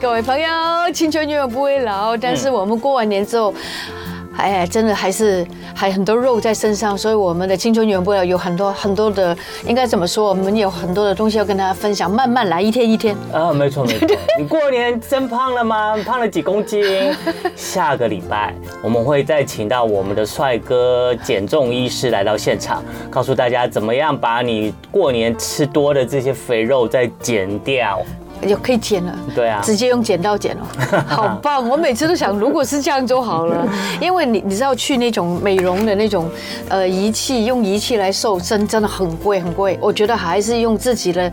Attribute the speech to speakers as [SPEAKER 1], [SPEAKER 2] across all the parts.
[SPEAKER 1] 各位朋友，青春永远不会老。但是我们过完年之后，哎呀，真的还是还很多肉在身上，所以我们的青春永远不会老有很多很多的，应该怎么说？我们有很多的东西要跟大家分享，慢慢来，一天一天。
[SPEAKER 2] 啊，没错没错。你过年真胖了吗？胖了几公斤？下个礼拜我们会再请到我们的帅哥减重医师来到现场，告诉大家怎么样把你过年吃多的这些肥肉再减掉。
[SPEAKER 1] 有哎可以剪了，
[SPEAKER 2] 对啊
[SPEAKER 1] 直接用剪刀剪 哦，好棒！我每次都想，如果是这样就好了，因为你你知道去那种美容的那种呃仪器，用仪器来瘦身真的很贵很贵，我觉得还是用自己的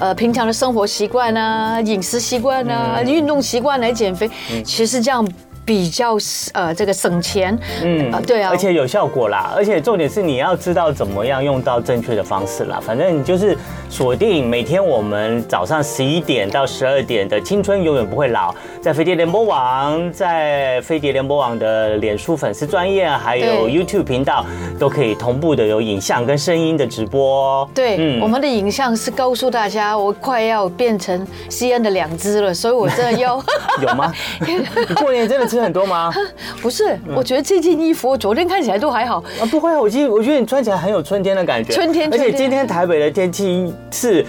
[SPEAKER 1] 呃平常的生活习惯啊、饮食习惯啊、
[SPEAKER 2] 嗯
[SPEAKER 1] 运动习惯来减肥，其实这样比较呃这个省钱，嗯，对啊，
[SPEAKER 2] 而且有效果啦，而且重点是你要知道怎么样用到正确的方式啦。反正你就是锁定每天我们早上十一点到十二点的《青春永远不会老》，在飞碟联播网，在飞碟联播网的脸书粉丝专业，还有
[SPEAKER 1] 对
[SPEAKER 2] YouTube 频道，都可以同步的有影像跟声音的直播哦。
[SPEAKER 1] 对，我们的影像是告诉大家，我快要变成西安的两只了，所以我真的要
[SPEAKER 2] 有 吗？你过年真的吃很多吗？
[SPEAKER 1] 不是，
[SPEAKER 2] 嗯
[SPEAKER 1] 我觉得这件衣服我昨天看起来都还好，
[SPEAKER 2] 啊，不会啊，我今我觉得你穿起来很有春天的感觉，
[SPEAKER 1] 春天
[SPEAKER 2] 而且
[SPEAKER 1] 春天
[SPEAKER 2] 今天台北的天气是。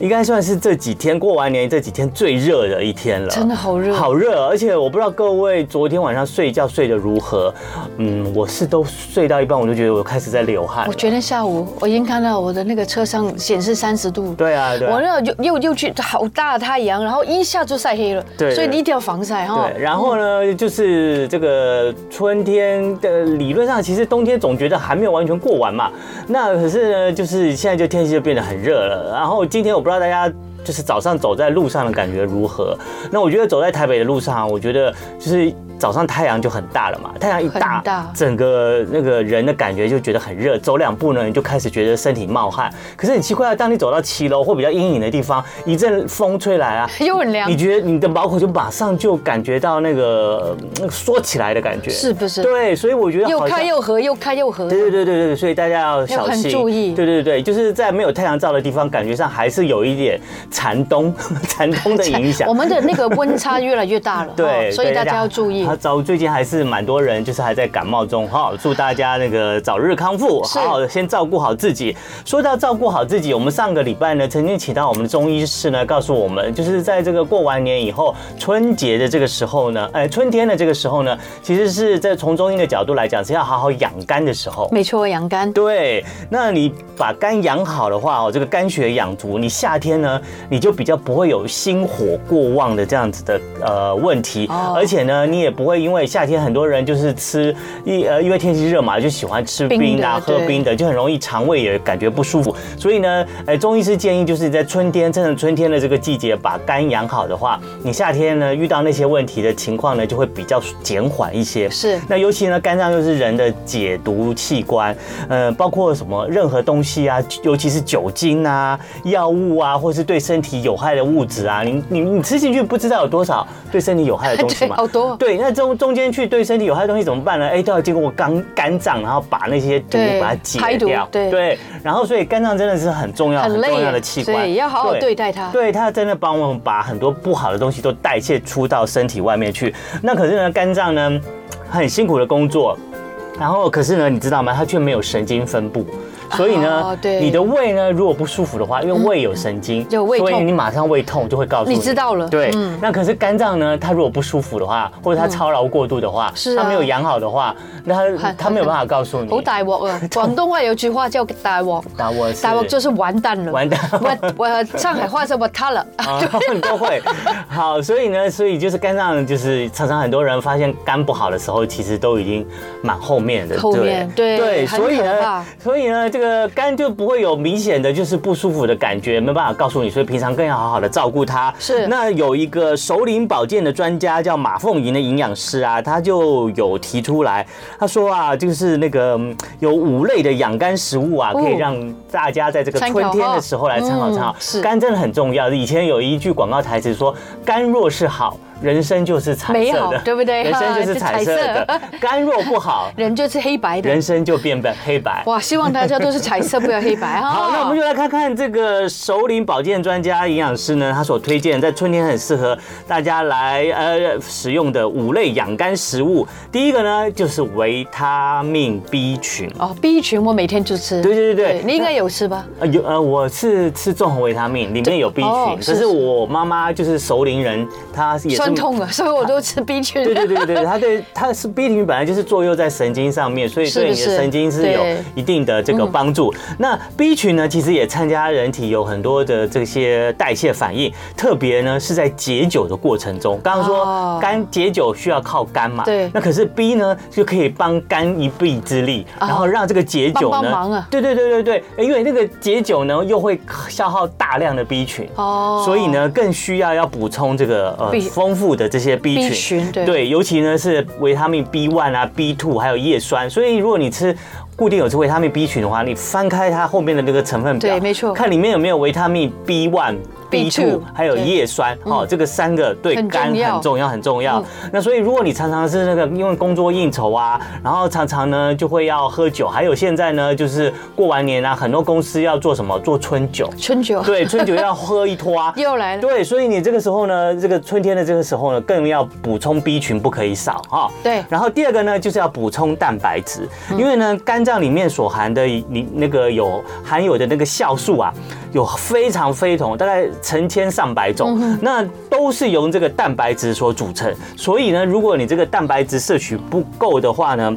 [SPEAKER 2] 应该算是这几天过完年这几天最热的一天了，
[SPEAKER 1] 真的好热
[SPEAKER 2] 好热！而且我不知道各位昨天晚上睡觉睡得如何，嗯，我是都睡到一半我就觉得我开始在流汗
[SPEAKER 1] 我
[SPEAKER 2] 了。
[SPEAKER 1] 昨天下午我已经看到我的那个车上显示三十度。
[SPEAKER 2] 对啊，对啊
[SPEAKER 1] 我那又又又去好大的太阳，然后一下就晒黑了，
[SPEAKER 2] 对
[SPEAKER 1] 所以你一定要防晒哈。
[SPEAKER 2] 对，然后
[SPEAKER 1] 嗯
[SPEAKER 2] 呢，就是这个春天的理论上，其实冬天总觉得还没有完全过完嘛。那可是呢，就是现在就天气就变得很热了。然后今天我不知道大家。就是早上走在路上的感觉如何？那我觉得走在台北的路上，我觉得就是早上太阳就很大了嘛，太阳一大，
[SPEAKER 1] 很大
[SPEAKER 2] 整个那个人的感觉就觉得很热，走两步呢你就开始觉得身体冒汗。可是很奇怪啊，当你走到七楼或比较阴影的地方，一阵风吹来啊，
[SPEAKER 1] 又很凉
[SPEAKER 2] 你，觉得你的毛孔就马上就感觉到那个嗯那个缩起来的感觉，
[SPEAKER 1] 是不是
[SPEAKER 2] 对，所以我觉得
[SPEAKER 1] 又
[SPEAKER 2] 好像
[SPEAKER 1] 开又合，又开又合。
[SPEAKER 2] 对对对对对，所以大家要小心，
[SPEAKER 1] 要很注意
[SPEAKER 2] 对对对，就是在没有太阳照的地方，感觉上还是有一点寒冬、 寒冬的影响
[SPEAKER 1] 我。们的那个温差越来越大了，
[SPEAKER 2] 对，
[SPEAKER 1] 哦所以大家要注意
[SPEAKER 2] 他。早最近还是蛮多人，就是还在感冒中哈，祝大家那个早日康复，
[SPEAKER 1] 是
[SPEAKER 2] 好好的先照顾好自己。说到照顾好自己，我们上个礼拜呢，曾经请到我们的中医师呢，告诉我们，就是在这个过完年以后，春节的这个时候呢，哎，春天的这个时候呢，其实是在从中医的角度来讲，是要好好养肝的时候。
[SPEAKER 1] 没错，杨干
[SPEAKER 2] 对，那你把肝养好的话哦，这个肝血养足，你夏天呢，你就比较不会有心火过旺的这样子的呃问题，
[SPEAKER 1] 哦
[SPEAKER 2] 而且呢，你也不会因为夏天很多人就是吃一呃，因为天气热嘛，就喜欢吃
[SPEAKER 1] 冰
[SPEAKER 2] 冰
[SPEAKER 1] 的
[SPEAKER 2] 啊、喝
[SPEAKER 1] 对
[SPEAKER 2] 冰的，就很容易肠胃也感觉不舒服。所以呢，呃，中医师建议就是在春天，趁着春天的这个季节把肝养好的话，你夏天呢遇到那些问题的情况呢，就会比较减缓一些。
[SPEAKER 1] 是
[SPEAKER 2] 那尤其呢，肝脏又是人的解毒器官，呃，包括什么任何东西啊，尤其是酒精啊、药物啊，或是对身体有害的物质啊，你你你吃进去不知道有多少对身体有害的 东西
[SPEAKER 1] 对
[SPEAKER 2] 嘛？
[SPEAKER 1] 好多
[SPEAKER 2] 对，那中中间去对身体有害的东西怎么办呢？哎，都要经过肝肝脏，然后把那些毒
[SPEAKER 1] 对
[SPEAKER 2] 把它解
[SPEAKER 1] 排毒
[SPEAKER 2] 掉。
[SPEAKER 1] 对
[SPEAKER 2] 然后所以肝脏真的是很重要、
[SPEAKER 1] 很
[SPEAKER 2] 很
[SPEAKER 1] 累
[SPEAKER 2] 重要的器官，
[SPEAKER 1] 所以要好好对待它
[SPEAKER 2] 对，它真的帮我们把很多不好的东西都代谢出到身体外面去。那可是呢，肝脏呢很辛苦的工作，然后可是呢，你知道吗？它却没有神经分布。所以呢
[SPEAKER 1] 哦，对嗯
[SPEAKER 2] 你的胃呢，如果不舒服的话，因为胃有神经，
[SPEAKER 1] 有胃痛
[SPEAKER 2] 所以你马上胃痛就会告诉你，
[SPEAKER 1] 你知道了
[SPEAKER 2] 对，
[SPEAKER 1] 嗯
[SPEAKER 2] 那可是肝脏呢，它如果不舒服的话，或者它操劳过度的话，
[SPEAKER 1] 是啊
[SPEAKER 2] 它没有养好的话，那它
[SPEAKER 1] 很
[SPEAKER 2] 它没有办法告诉你，
[SPEAKER 1] 好大 镬啊！广东话有句话叫大镬，
[SPEAKER 2] 打我是
[SPEAKER 1] 大镬就是完蛋了。
[SPEAKER 2] 完蛋
[SPEAKER 1] 我我上海话是我塌了。
[SPEAKER 2] 啊，都会。好，所以呢，所以就是肝脏，就是常常很多人发现肝不好的时候，其实都已经蛮后面的。
[SPEAKER 1] 后面对
[SPEAKER 2] 对，
[SPEAKER 1] 很
[SPEAKER 2] 所以
[SPEAKER 1] 可
[SPEAKER 2] 呢
[SPEAKER 1] 怕，
[SPEAKER 2] 所以呢，这个肝就不会有明显的就是不舒服的感觉，没办法告诉你，所以平常更要好好的照顾它。
[SPEAKER 1] 是
[SPEAKER 2] 那有一个首领保健的专家叫马凤银的营养师啊，他就有提出来，他说啊，就是那个嗯有五类的养肝食物啊，
[SPEAKER 1] 哦
[SPEAKER 2] 可以让大家在这个
[SPEAKER 1] 参
[SPEAKER 2] 春
[SPEAKER 1] 考
[SPEAKER 2] 天
[SPEAKER 1] 哈
[SPEAKER 2] 的时候来参考
[SPEAKER 1] 嗯
[SPEAKER 2] 参考。
[SPEAKER 1] 是
[SPEAKER 2] 肝肝真的很重要。以前有一句广告台词说：“肝若是好，人生就是彩
[SPEAKER 1] 美
[SPEAKER 2] 色
[SPEAKER 1] 好
[SPEAKER 2] 的，
[SPEAKER 1] 对不对
[SPEAKER 2] 人生就是彩色 的
[SPEAKER 1] 彩，
[SPEAKER 2] 肝若不好，
[SPEAKER 1] 人就是黑白的
[SPEAKER 2] 人。生就变白黑白。
[SPEAKER 1] 哇，希望大家都是彩色，不要黑白啊哈。
[SPEAKER 2] 好，那我们就来看看这个首领保健专家营养师呢，他所推荐在春天很适合大家来呃使用的五类养肝食物。第一个呢就是维他命 B 群，
[SPEAKER 1] 哦，B 群我每天就吃。
[SPEAKER 2] 对对对对
[SPEAKER 1] 你应该有吃吧？
[SPEAKER 2] 呃有呃我是吃综合维他命，里面有 B
[SPEAKER 1] 哦
[SPEAKER 2] 群，
[SPEAKER 1] 是
[SPEAKER 2] 可是我妈妈就是熟龄人，她也是
[SPEAKER 1] 酸痛 啊，所以我都吃 B 群。
[SPEAKER 2] 对对对对对，它对它是 B 群本来就是作用在神经上面，所以
[SPEAKER 1] 是
[SPEAKER 2] 对
[SPEAKER 1] 不
[SPEAKER 2] 你的
[SPEAKER 1] 是
[SPEAKER 2] 神经是有
[SPEAKER 1] 对嗯
[SPEAKER 2] 一定的这个帮助。那 B 群呢，其实也参加人体有很多的这些代谢反应，特别呢是在解酒的过程中。刚刚
[SPEAKER 1] 哦
[SPEAKER 2] 说肝解酒需要靠肝嘛，
[SPEAKER 1] 对
[SPEAKER 2] 那可是 B 呢就可以帮肝一臂之力，然后让这个解酒
[SPEAKER 1] 哦帮帮忙
[SPEAKER 2] 呢
[SPEAKER 1] 啊，
[SPEAKER 2] 对对对对对，因为那个解酒呢又会消耗大量的 B 群，
[SPEAKER 1] 哦
[SPEAKER 2] 所以，呢更需要要补充这个呃
[SPEAKER 1] B-
[SPEAKER 2] 丰富的这些 B
[SPEAKER 1] B
[SPEAKER 2] 群，
[SPEAKER 1] 群对
[SPEAKER 2] 尤其呢是维他命 B one 啊、B two 还有叶酸，所以如果你吃固定有吃维他命 B 群的话，你翻开它后面的那个成分表，
[SPEAKER 1] 对没错
[SPEAKER 2] 看里面有没有维他命 B one。B
[SPEAKER 1] B2
[SPEAKER 2] two 还有叶酸，哦，这个三个对
[SPEAKER 1] 嗯很
[SPEAKER 2] 肝
[SPEAKER 1] 重要嗯
[SPEAKER 2] 很重要，很重要。那所以如果你常常是那个因为工作应酬啊，然后常常呢就会要喝酒，还有现在呢就是过完年啊，很多公司要做什么做春酒，
[SPEAKER 1] 春酒，
[SPEAKER 2] 对，春酒要喝一拖啊
[SPEAKER 1] 又来了。
[SPEAKER 2] 对，所以你这个时候呢，这个春天的这个时候呢，更要补充 B 群，不可以少哈。
[SPEAKER 1] 对
[SPEAKER 2] 然后第二个呢，就是要补充蛋白质，因为呢，肝脏里面所含的你那个有含有的那个酵素啊，有非常非常大概成千上百种，那都是由这个蛋白质所组成。所以呢，如果你这个蛋白质摄取不够的话呢，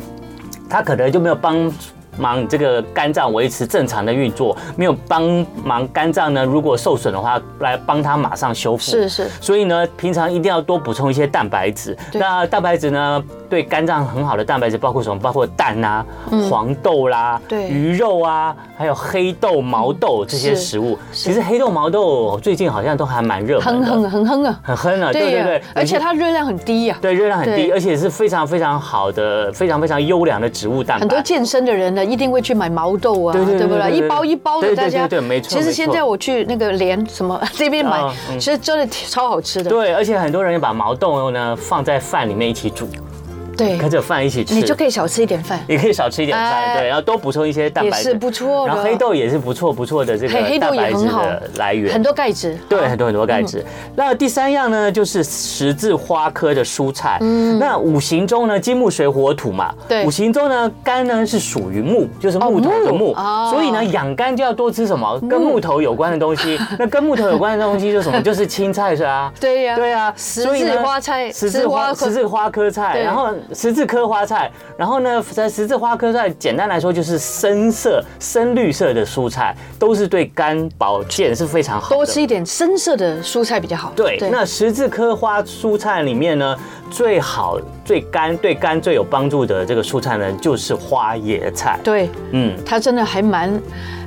[SPEAKER 2] 它可能就没有帮忙你这个肝脏维持正常的运作，没有帮忙肝脏呢，如果受损的话，来帮它马上修复。
[SPEAKER 1] 是是
[SPEAKER 2] 所以呢，平常一定要多补充一些蛋白质。
[SPEAKER 1] 对
[SPEAKER 2] 那蛋白质呢，对肝脏很好的蛋白质包括什么？包括蛋啊、黄豆啦、
[SPEAKER 1] 嗯对嗯
[SPEAKER 2] 鱼肉啊，还有黑豆、毛豆这些
[SPEAKER 1] 是
[SPEAKER 2] 食物。其实黑豆、毛豆最近好像都还蛮热门
[SPEAKER 1] 哼哼
[SPEAKER 2] 的，
[SPEAKER 1] 很哼啊。
[SPEAKER 2] 很哼啊，对对
[SPEAKER 1] 呀
[SPEAKER 2] 对，
[SPEAKER 1] 而且它热量很低呀。
[SPEAKER 2] 对热量很低，
[SPEAKER 1] 对
[SPEAKER 2] 而且是非常非常好的、非常非常优良的植物蛋白。
[SPEAKER 1] 很多健身的人呢，一定会去买毛豆啊，
[SPEAKER 2] 对对
[SPEAKER 1] 对
[SPEAKER 2] 对
[SPEAKER 1] 不
[SPEAKER 2] 对
[SPEAKER 1] 对？
[SPEAKER 2] 对对
[SPEAKER 1] 一包一包
[SPEAKER 2] 对
[SPEAKER 1] 的，
[SPEAKER 2] 对
[SPEAKER 1] 大家
[SPEAKER 2] 对对没错
[SPEAKER 1] 其
[SPEAKER 2] 没
[SPEAKER 1] 实
[SPEAKER 2] 错
[SPEAKER 1] 现在我去那个连什么 这边买
[SPEAKER 2] 啊嗯，
[SPEAKER 1] 其实真的超好吃的。
[SPEAKER 2] 对，而且很多人把毛豆呢放在饭里面一起煮，
[SPEAKER 1] 对
[SPEAKER 2] 跟着饭一起吃，
[SPEAKER 1] 你就可以少吃一点饭。
[SPEAKER 2] 也可以少吃一点饭，
[SPEAKER 1] 哎
[SPEAKER 2] 对，然后多补充一些蛋白质，
[SPEAKER 1] 也是不错的
[SPEAKER 2] 然后黑豆也是不错不错的这
[SPEAKER 1] 嘿
[SPEAKER 2] 个
[SPEAKER 1] 黑
[SPEAKER 2] 蛋
[SPEAKER 1] 豆也
[SPEAKER 2] 白质
[SPEAKER 1] 很好
[SPEAKER 2] 的来源，
[SPEAKER 1] 很多钙质，
[SPEAKER 2] 对，很多很多钙质。那第三样呢，就是十字花科的蔬菜。那五行中呢，金木水火土嘛。
[SPEAKER 1] 嗯对
[SPEAKER 2] 五行中呢，肝呢是属于木，就是木头的木。
[SPEAKER 1] 木哦
[SPEAKER 2] 所以呢，养肝就要多吃什么跟木头有关的东西。那跟木头有关的东西就是 什么？就是青菜是啊。
[SPEAKER 1] 对呀
[SPEAKER 2] 对啊。
[SPEAKER 1] 十
[SPEAKER 2] 所以呢
[SPEAKER 1] 字花菜
[SPEAKER 2] 十字花
[SPEAKER 1] 十字花科
[SPEAKER 2] 十字花科菜，
[SPEAKER 1] 对
[SPEAKER 2] 然后十字科花菜，然后呢，在十字花科菜，简单来说就是深色、深绿色的蔬菜，都是对肝保健是非常好的。
[SPEAKER 1] 多吃一点深色的蔬菜比较好。
[SPEAKER 2] 对，那十字科花蔬菜里面呢，最好、最肝、对肝最有帮助的这个蔬菜呢，就是花椰菜。
[SPEAKER 1] 对，
[SPEAKER 2] 嗯，
[SPEAKER 1] 它真的还蛮，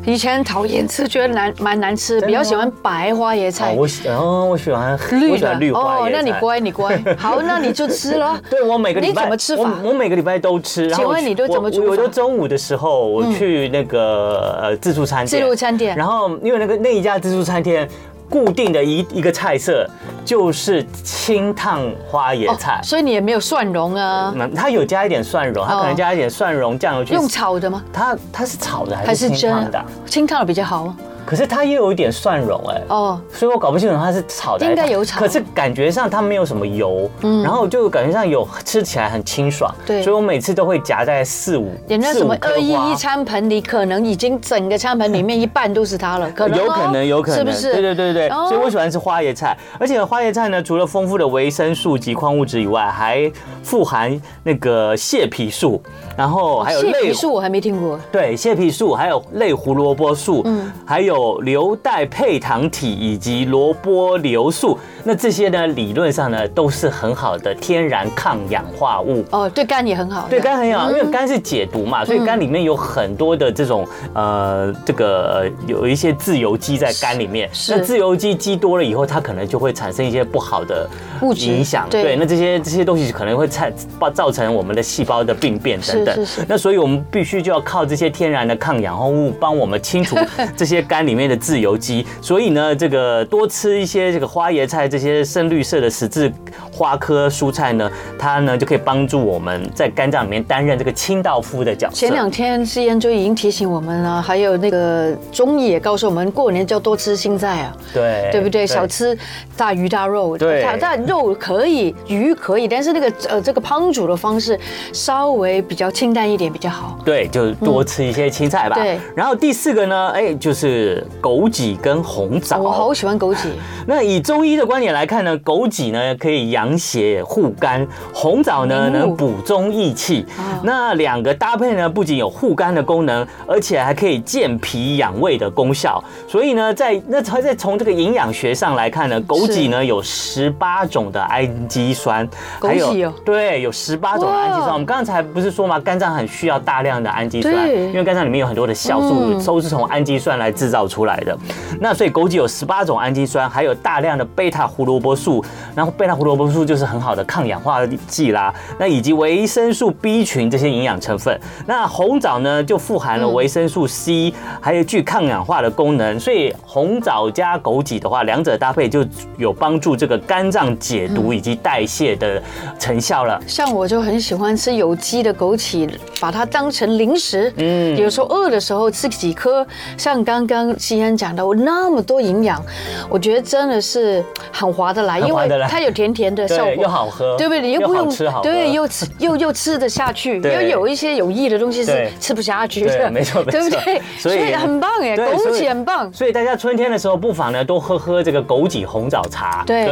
[SPEAKER 1] 以前讨厌吃，觉得难蛮难吃，
[SPEAKER 2] 的吗
[SPEAKER 1] 比较喜欢白花椰
[SPEAKER 2] 哦，
[SPEAKER 1] 菜，
[SPEAKER 2] 我喜，哦，我喜欢我
[SPEAKER 1] 绿
[SPEAKER 2] 喜欢
[SPEAKER 1] 的。哦
[SPEAKER 2] 绿花椰菜。
[SPEAKER 1] 那你。乖你乖，好，那你就吃了。
[SPEAKER 2] 对，我每个礼拜
[SPEAKER 1] 你怎么吃法
[SPEAKER 2] 我我每个礼拜都吃。然后
[SPEAKER 1] 请问
[SPEAKER 2] 我去
[SPEAKER 1] 你都怎么
[SPEAKER 2] 我
[SPEAKER 1] 煮法嗯
[SPEAKER 2] 我都中午的时候，我去那个呃自助餐店。
[SPEAKER 1] 自助餐店
[SPEAKER 2] 然后因为那个那一家自助餐店。固定的一一个菜色就是清烫花椰菜，嗯
[SPEAKER 1] 所以你也没有蒜蓉啊，
[SPEAKER 2] 那它有加一点蒜蓉，它可能
[SPEAKER 1] 哦哦
[SPEAKER 2] 加一点蒜蓉酱油去
[SPEAKER 1] 用炒的吗？
[SPEAKER 2] 它它是炒的还
[SPEAKER 1] 还是
[SPEAKER 2] 是清
[SPEAKER 1] 蒸
[SPEAKER 2] 汤的
[SPEAKER 1] 啊？
[SPEAKER 2] 啊？
[SPEAKER 1] 清汤的比较好啊
[SPEAKER 2] 可是它也有一点蒜蓉哎、
[SPEAKER 1] 哦。
[SPEAKER 2] 所以我搞不清楚它是炒的还
[SPEAKER 1] 应
[SPEAKER 2] 是
[SPEAKER 1] 该有炒嗯
[SPEAKER 2] 可是感觉上它没有什么油，然后就感觉上有吃起来很清爽，
[SPEAKER 1] 对
[SPEAKER 2] 所以我每次都会夹在四五，
[SPEAKER 1] 人家
[SPEAKER 2] 四
[SPEAKER 1] 什
[SPEAKER 2] 五
[SPEAKER 1] 么
[SPEAKER 2] 颗
[SPEAKER 1] 二一
[SPEAKER 2] 花
[SPEAKER 1] 一餐盆里，可能已经整个餐盆里面一半都是它了，可能哦
[SPEAKER 2] 有可能，有可能，
[SPEAKER 1] 是不是？
[SPEAKER 2] 对对对对，
[SPEAKER 1] 哦
[SPEAKER 2] 所以我喜欢吃花椰菜，而且花椰菜呢，除了丰富的维生素及矿物质以外，还富含那个蟹皮素，然后哦还有
[SPEAKER 1] 蟹
[SPEAKER 2] 类
[SPEAKER 1] 皮素我还没听过，
[SPEAKER 2] 对，蟹皮素，还有类胡萝卜素，嗯，还有硫代配糖体以及萝卜硫素，那这些呢，理论上呢都是很好的天然抗氧化物。
[SPEAKER 1] 哦，对肝也很好的，
[SPEAKER 2] 对肝很
[SPEAKER 1] 嗯
[SPEAKER 2] 好，因为肝是解毒嘛，所以肝里面有很多的这种呃，这个呃有一些自由基在肝里面。
[SPEAKER 1] 是
[SPEAKER 2] 那自由基积多了以后，它可能就会产生一些不好的
[SPEAKER 1] 物质
[SPEAKER 2] 影响。
[SPEAKER 1] 对
[SPEAKER 2] 对，那这些这些东西可能会产造成我们的细胞的病变等等
[SPEAKER 1] 是是是。
[SPEAKER 2] 那所以我们必须就要靠这些天然的抗氧化物帮我 们清除这些肝里面的自由基。所以呢，这个多吃一些这个花椰菜这这些深绿色的十字花科蔬菜呢，它呢就可以帮助我们在肝脏里面担任这个清道夫的角色。
[SPEAKER 1] 前两天思妍就已经提醒我们了，还有那个中医也告诉我们，过年就要多吃青菜啊，
[SPEAKER 2] 对
[SPEAKER 1] 对不对？少吃大鱼大肉，
[SPEAKER 2] 对
[SPEAKER 1] 大大肉可以，鱼可以，但是那个呃这个烹煮的方式稍微比较清淡一点比较好。
[SPEAKER 2] 对，就多吃一些青菜
[SPEAKER 1] 嗯
[SPEAKER 2] 吧。
[SPEAKER 1] 对
[SPEAKER 2] 然后第四个呢，哎，就是枸杞跟红枣。
[SPEAKER 1] 我好喜欢枸杞，
[SPEAKER 2] 那以中医的观点来看呢，枸杞呢可以养血护肝，红枣呢
[SPEAKER 1] 哦
[SPEAKER 2] 能补中益气
[SPEAKER 1] 哦。
[SPEAKER 2] 那两个搭配呢，不仅有护肝的功能，而且还可以健脾养胃的功效。所以呢，在那才再从这个营养学上来看呢，枸杞呢有十八种的氨基酸，
[SPEAKER 1] 枸杞
[SPEAKER 2] 还有
[SPEAKER 1] 哦
[SPEAKER 2] 对，有十八种的氨基酸。
[SPEAKER 1] 哇
[SPEAKER 2] 我们刚才不是说嘛，肝脏很需要大量的氨基酸，
[SPEAKER 1] 对
[SPEAKER 2] 因为肝脏里面有很多的酵素
[SPEAKER 1] 嗯
[SPEAKER 2] 都是从氨基酸来制造出来的。那所以枸杞有十八种氨基酸，还有大量的贝塔胡萝卜素，然后贝塔胡萝卜素就是很好的抗氧化剂啦，那以及维生素 B 群这些营养成分。那红枣呢就富含
[SPEAKER 1] 嗯
[SPEAKER 2] 了维生素 C，、还有具抗氧化的功能，所以红枣加枸杞的话，两者搭配就有帮助这个肝脏解毒以及代谢的成效了。
[SPEAKER 1] 像我就很喜欢吃有机的枸杞，把它当成零食。嗯，有时候饿的时候吃几颗，像刚刚西安讲的，我那么多营养，我觉得真的是很划得来，
[SPEAKER 2] 很
[SPEAKER 1] 因
[SPEAKER 2] 划
[SPEAKER 1] 为
[SPEAKER 2] 得来
[SPEAKER 1] 它有甜甜的效
[SPEAKER 2] 对，又
[SPEAKER 1] 果。
[SPEAKER 2] 好喝，
[SPEAKER 1] 对不对？你又不
[SPEAKER 2] 好
[SPEAKER 1] 用
[SPEAKER 2] 吃好喝，
[SPEAKER 1] 对，又吃又又吃得下去，
[SPEAKER 2] 对
[SPEAKER 1] 又有一些有益的东西是
[SPEAKER 2] 对
[SPEAKER 1] 吃不下去
[SPEAKER 2] 对
[SPEAKER 1] 的，
[SPEAKER 2] 没错没
[SPEAKER 1] 对不
[SPEAKER 2] 错
[SPEAKER 1] 对？
[SPEAKER 2] 所
[SPEAKER 1] 所
[SPEAKER 2] 以
[SPEAKER 1] 以很棒耶，
[SPEAKER 2] 对
[SPEAKER 1] 枸
[SPEAKER 2] 所以
[SPEAKER 1] 杞很棒。
[SPEAKER 2] 所以大家春天的时候，不妨呢多喝喝这个枸杞红枣茶。
[SPEAKER 1] 对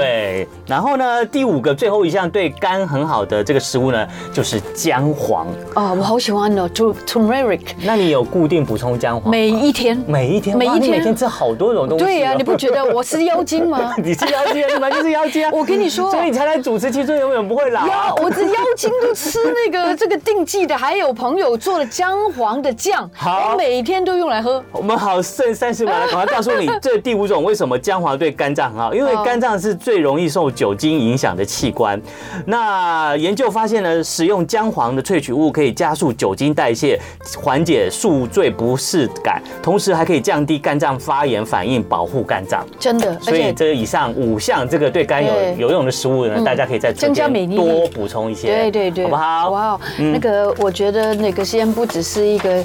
[SPEAKER 2] 然后呢，第五个最后一项对肝很好的这个食物呢，就是姜黄。
[SPEAKER 1] 哦，我好喜欢哦，tur- turmeric，
[SPEAKER 2] 那你有固定补充姜黄？
[SPEAKER 1] 每一天。
[SPEAKER 2] 每一天，
[SPEAKER 1] 每
[SPEAKER 2] 哇
[SPEAKER 1] 一
[SPEAKER 2] 你每
[SPEAKER 1] 天
[SPEAKER 2] 天吃好多种东西哦。？
[SPEAKER 1] 对呀、你不觉得我是妖精吗
[SPEAKER 2] 你是妖精啊，你本来就是妖精啊！
[SPEAKER 1] 我跟你说
[SPEAKER 2] 所以你才来主持《青春永远不会老》啊
[SPEAKER 1] 妖，。我这妖精都吃那 个这个定剂的，还有朋友做的姜黄的酱，
[SPEAKER 2] 好
[SPEAKER 1] 我每天都用来喝。
[SPEAKER 2] 我们好剩三十秒来赶快告诉你这第五种为什么姜黄对肝脏很好，因为
[SPEAKER 1] 好
[SPEAKER 2] 肝脏是最容易受酒精影响的器官。那研究发现呢，使用姜黄的萃取物可以加速酒精代谢，缓解宿醉不适感，同时还可以降低肝脏发炎反应，保护肝脏。
[SPEAKER 1] 真的，而
[SPEAKER 2] 所以
[SPEAKER 1] 且
[SPEAKER 2] 这以上五项这个对肝
[SPEAKER 1] 对嗯
[SPEAKER 2] 有有用的食物呢，大家可以在春
[SPEAKER 1] 增加
[SPEAKER 2] 天
[SPEAKER 1] 免疫力
[SPEAKER 2] 多补充一些，
[SPEAKER 1] 对对对，
[SPEAKER 2] 好不好？嗯
[SPEAKER 1] 哇哦，那个我觉得那个西安不只是一个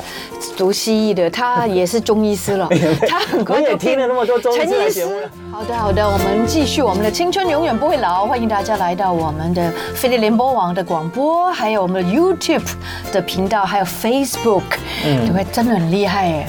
[SPEAKER 1] 读西医的，他也是中医 师了，他很
[SPEAKER 2] 我
[SPEAKER 1] 快
[SPEAKER 2] 也
[SPEAKER 1] 就
[SPEAKER 2] 听
[SPEAKER 1] 变
[SPEAKER 2] 了那么多中医
[SPEAKER 1] 陈
[SPEAKER 2] 师的
[SPEAKER 1] 医
[SPEAKER 2] 节
[SPEAKER 1] 师
[SPEAKER 2] 目了。，
[SPEAKER 1] 好的好的，我们继续我们的青春永远不会老，欢迎大家来到我们的飞碟联播网的广播，还有我们的 YouTube 的频道，还有 Facebook，对不
[SPEAKER 2] 嗯
[SPEAKER 1] 对？真的很厉害耶，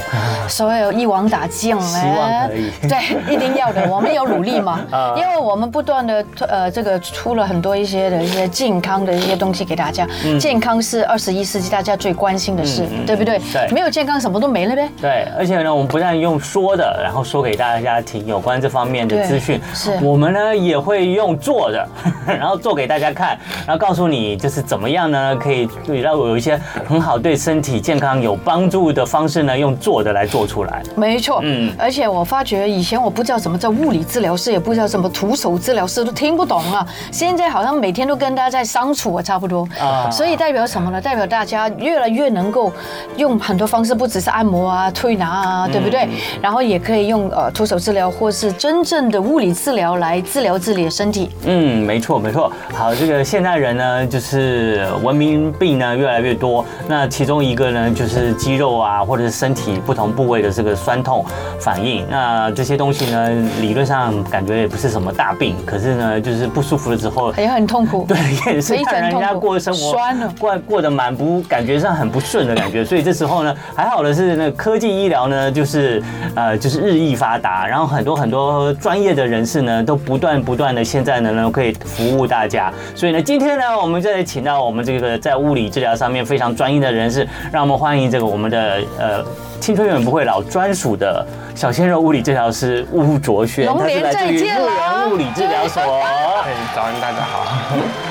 [SPEAKER 1] 所有一网打尽了，
[SPEAKER 2] 啊希望可以
[SPEAKER 1] 对，一定要的，我们有努力嘛
[SPEAKER 2] 啊，
[SPEAKER 1] 因为我们不断的呃这个出了很多一些的一些健康的一些东西给大家，健康是二十一世纪大家最关心的事
[SPEAKER 2] 嗯嗯嗯，
[SPEAKER 1] 对不对
[SPEAKER 2] 对？
[SPEAKER 1] 没有健康什么都没了呗。
[SPEAKER 2] 对，而且呢，我们不但用说的，然后说给大家听有关这方面的
[SPEAKER 1] 对
[SPEAKER 2] 资讯，
[SPEAKER 1] 是
[SPEAKER 2] 我们呢也会用做的， 然后做给大家看，然后告诉你就是怎么样呢，可以对让我有一些很好对身体健康有帮助的方式呢，用做的来做出来。
[SPEAKER 1] 没错，
[SPEAKER 2] 嗯
[SPEAKER 1] 嗯，而且我发觉以前我不知道什么叫物理治疗师，也不知道什么徒手治疗师，都听不懂啊。现在好像每天都跟大家在相处啊，差不多
[SPEAKER 2] 啊
[SPEAKER 1] 所以代表什么呢？代表大家越来越能够用很多方式，不只是按摩啊、推拿啊，
[SPEAKER 2] 嗯
[SPEAKER 1] 对不对？然后也可以用呃徒手治疗或是真正的物理治疗来治疗自己的身体。
[SPEAKER 2] 嗯，没错没错。好，这个现代人呢，就是文明病呢越来越多。那其中一个呢，就是肌肉啊，或者是身体不同部位的这个酸痛反应。那这些东西呢，理论上感觉也不是什么大病，可是呢，就是不舒服了之后。
[SPEAKER 1] 也很痛苦，
[SPEAKER 2] 对，也是
[SPEAKER 1] 非常
[SPEAKER 2] 看人家
[SPEAKER 1] 痛苦
[SPEAKER 2] 过生活，
[SPEAKER 1] 酸了
[SPEAKER 2] 过过得蛮不，感觉上很不顺的感觉。所以这时候呢，还好的是，那科技医疗呢，就是呃，就是日益发达，然后很多很多专业的人士呢，都不断不断的现在呢，能可以服务大家。所以呢，今天呢，我们这里请到我们这个在物理治疗上面非常专业的人士，让我们欢迎这个我们的呃。青春永远不会老，专属的小鲜肉物理治疗师巫卓轩，
[SPEAKER 1] 龙
[SPEAKER 2] 他是
[SPEAKER 1] 年
[SPEAKER 2] 来自
[SPEAKER 1] 再
[SPEAKER 2] 于陆
[SPEAKER 1] 见啦
[SPEAKER 2] 源物理治疗所。
[SPEAKER 3] 哎，早安，大家 好。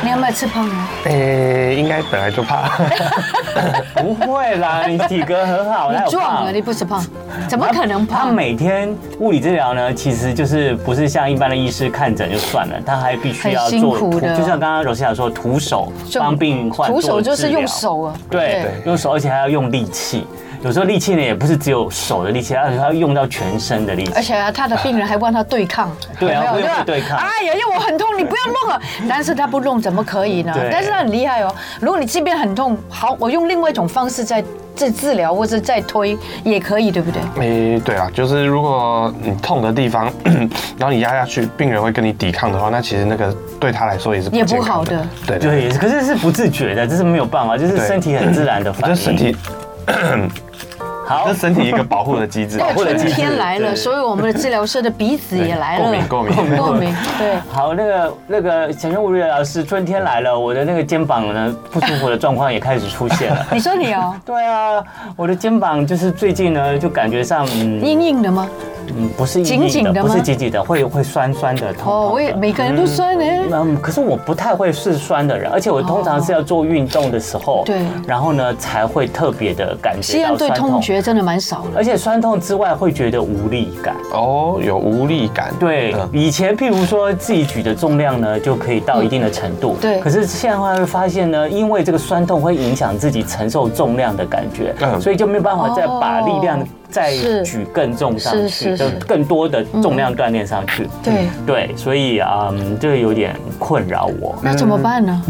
[SPEAKER 1] 你有没有吃胖啊？
[SPEAKER 3] 诶、应该本来就 怕，
[SPEAKER 2] 不会啦，你体格很好，哪有
[SPEAKER 1] 你壮
[SPEAKER 2] 胖
[SPEAKER 1] 了，你不是胖，怎么可能
[SPEAKER 2] 他
[SPEAKER 1] 胖？
[SPEAKER 2] 每天物理治疗呢，其实就是不是像一般的医师看诊就算了，他还必须要
[SPEAKER 1] 很辛
[SPEAKER 2] 做
[SPEAKER 1] 苦
[SPEAKER 2] 徒，
[SPEAKER 1] 的
[SPEAKER 2] 就像刚刚柔西亚说，徒手
[SPEAKER 1] 这种
[SPEAKER 2] 帮病患
[SPEAKER 1] 徒手
[SPEAKER 2] 做
[SPEAKER 1] 就
[SPEAKER 2] 治
[SPEAKER 1] 是
[SPEAKER 2] 疗
[SPEAKER 1] 用手啊，
[SPEAKER 2] 对，用手，而且还要用力气。有时候力气呢也不是只有手的力气，而且它要用到全身的力气
[SPEAKER 1] 而。且啊，他的病人还帮他对抗，
[SPEAKER 2] 对啊
[SPEAKER 1] 有没有
[SPEAKER 2] 会会对抗
[SPEAKER 1] 哎呀，因为我很痛，你不要弄 了。但是他不弄怎么可以呢
[SPEAKER 2] 对？
[SPEAKER 1] 但是他很厉害哦。如果你即便很痛，好，我用另外一种方式再再治疗或者再推也可以，对不对？
[SPEAKER 3] 诶、对啊，就是如果你痛的地方， 然后你压下去，病人会跟你抵抗的话，那其实那个对他来说也是
[SPEAKER 1] 也不
[SPEAKER 3] 健康
[SPEAKER 1] 好的
[SPEAKER 3] 对对
[SPEAKER 2] 对，可是是不自觉的，这是没有办法，就是
[SPEAKER 3] 对
[SPEAKER 2] 身体很自然的反
[SPEAKER 3] 这
[SPEAKER 2] 应。
[SPEAKER 3] 是身体，
[SPEAKER 2] 好
[SPEAKER 3] 这是，身体一个保护的机制。
[SPEAKER 1] 对，
[SPEAKER 2] 护的
[SPEAKER 1] 春
[SPEAKER 2] 机制
[SPEAKER 1] 天来了，
[SPEAKER 2] 对
[SPEAKER 1] 所以我们的治疗师的鼻子也来了，
[SPEAKER 3] 共鸣共鸣
[SPEAKER 1] 过敏，对。。
[SPEAKER 2] 好，那个那个小熊物理老师，春天来了，我的那个肩膀呢不舒服的状况也开始出现了
[SPEAKER 1] 你说你哦，
[SPEAKER 2] 对啊，我的肩膀就是最近呢，就感觉上嗯
[SPEAKER 1] 硬硬的吗？
[SPEAKER 2] 嗯不是硬硬
[SPEAKER 1] 紧紧的吗
[SPEAKER 2] 不是紧紧的，会会酸酸的痛痛的。
[SPEAKER 1] 哦，我也每个人都酸呢。
[SPEAKER 2] 嗯，可是我不太会是酸的人，而且我通常是要做运动的时候，
[SPEAKER 1] 对
[SPEAKER 2] 然后呢才会特别的感
[SPEAKER 1] 西
[SPEAKER 2] 觉
[SPEAKER 1] 安
[SPEAKER 2] 到
[SPEAKER 1] 对
[SPEAKER 2] 酸
[SPEAKER 1] 痛
[SPEAKER 2] 痛，
[SPEAKER 1] 觉真的蛮少的。
[SPEAKER 2] 而且酸痛之外会觉得无力感。
[SPEAKER 3] 哦，有无力感。嗯
[SPEAKER 2] 对，以前譬如说自己举的重量呢，就可以到一定的程度。
[SPEAKER 1] 嗯对
[SPEAKER 2] 可是现在的话会发现呢，因为这个酸痛会影响自己承受重量的感觉，
[SPEAKER 3] 嗯
[SPEAKER 2] 所以就没有办法再把力量
[SPEAKER 1] 哦
[SPEAKER 2] 再
[SPEAKER 1] 是
[SPEAKER 2] 举更重上
[SPEAKER 1] 是是
[SPEAKER 2] 去，
[SPEAKER 1] 嗯
[SPEAKER 2] 就是更多的重量锻炼上去。
[SPEAKER 1] 对，
[SPEAKER 2] 对，所以嗯，这个有点困扰我。
[SPEAKER 1] 那怎么办呢？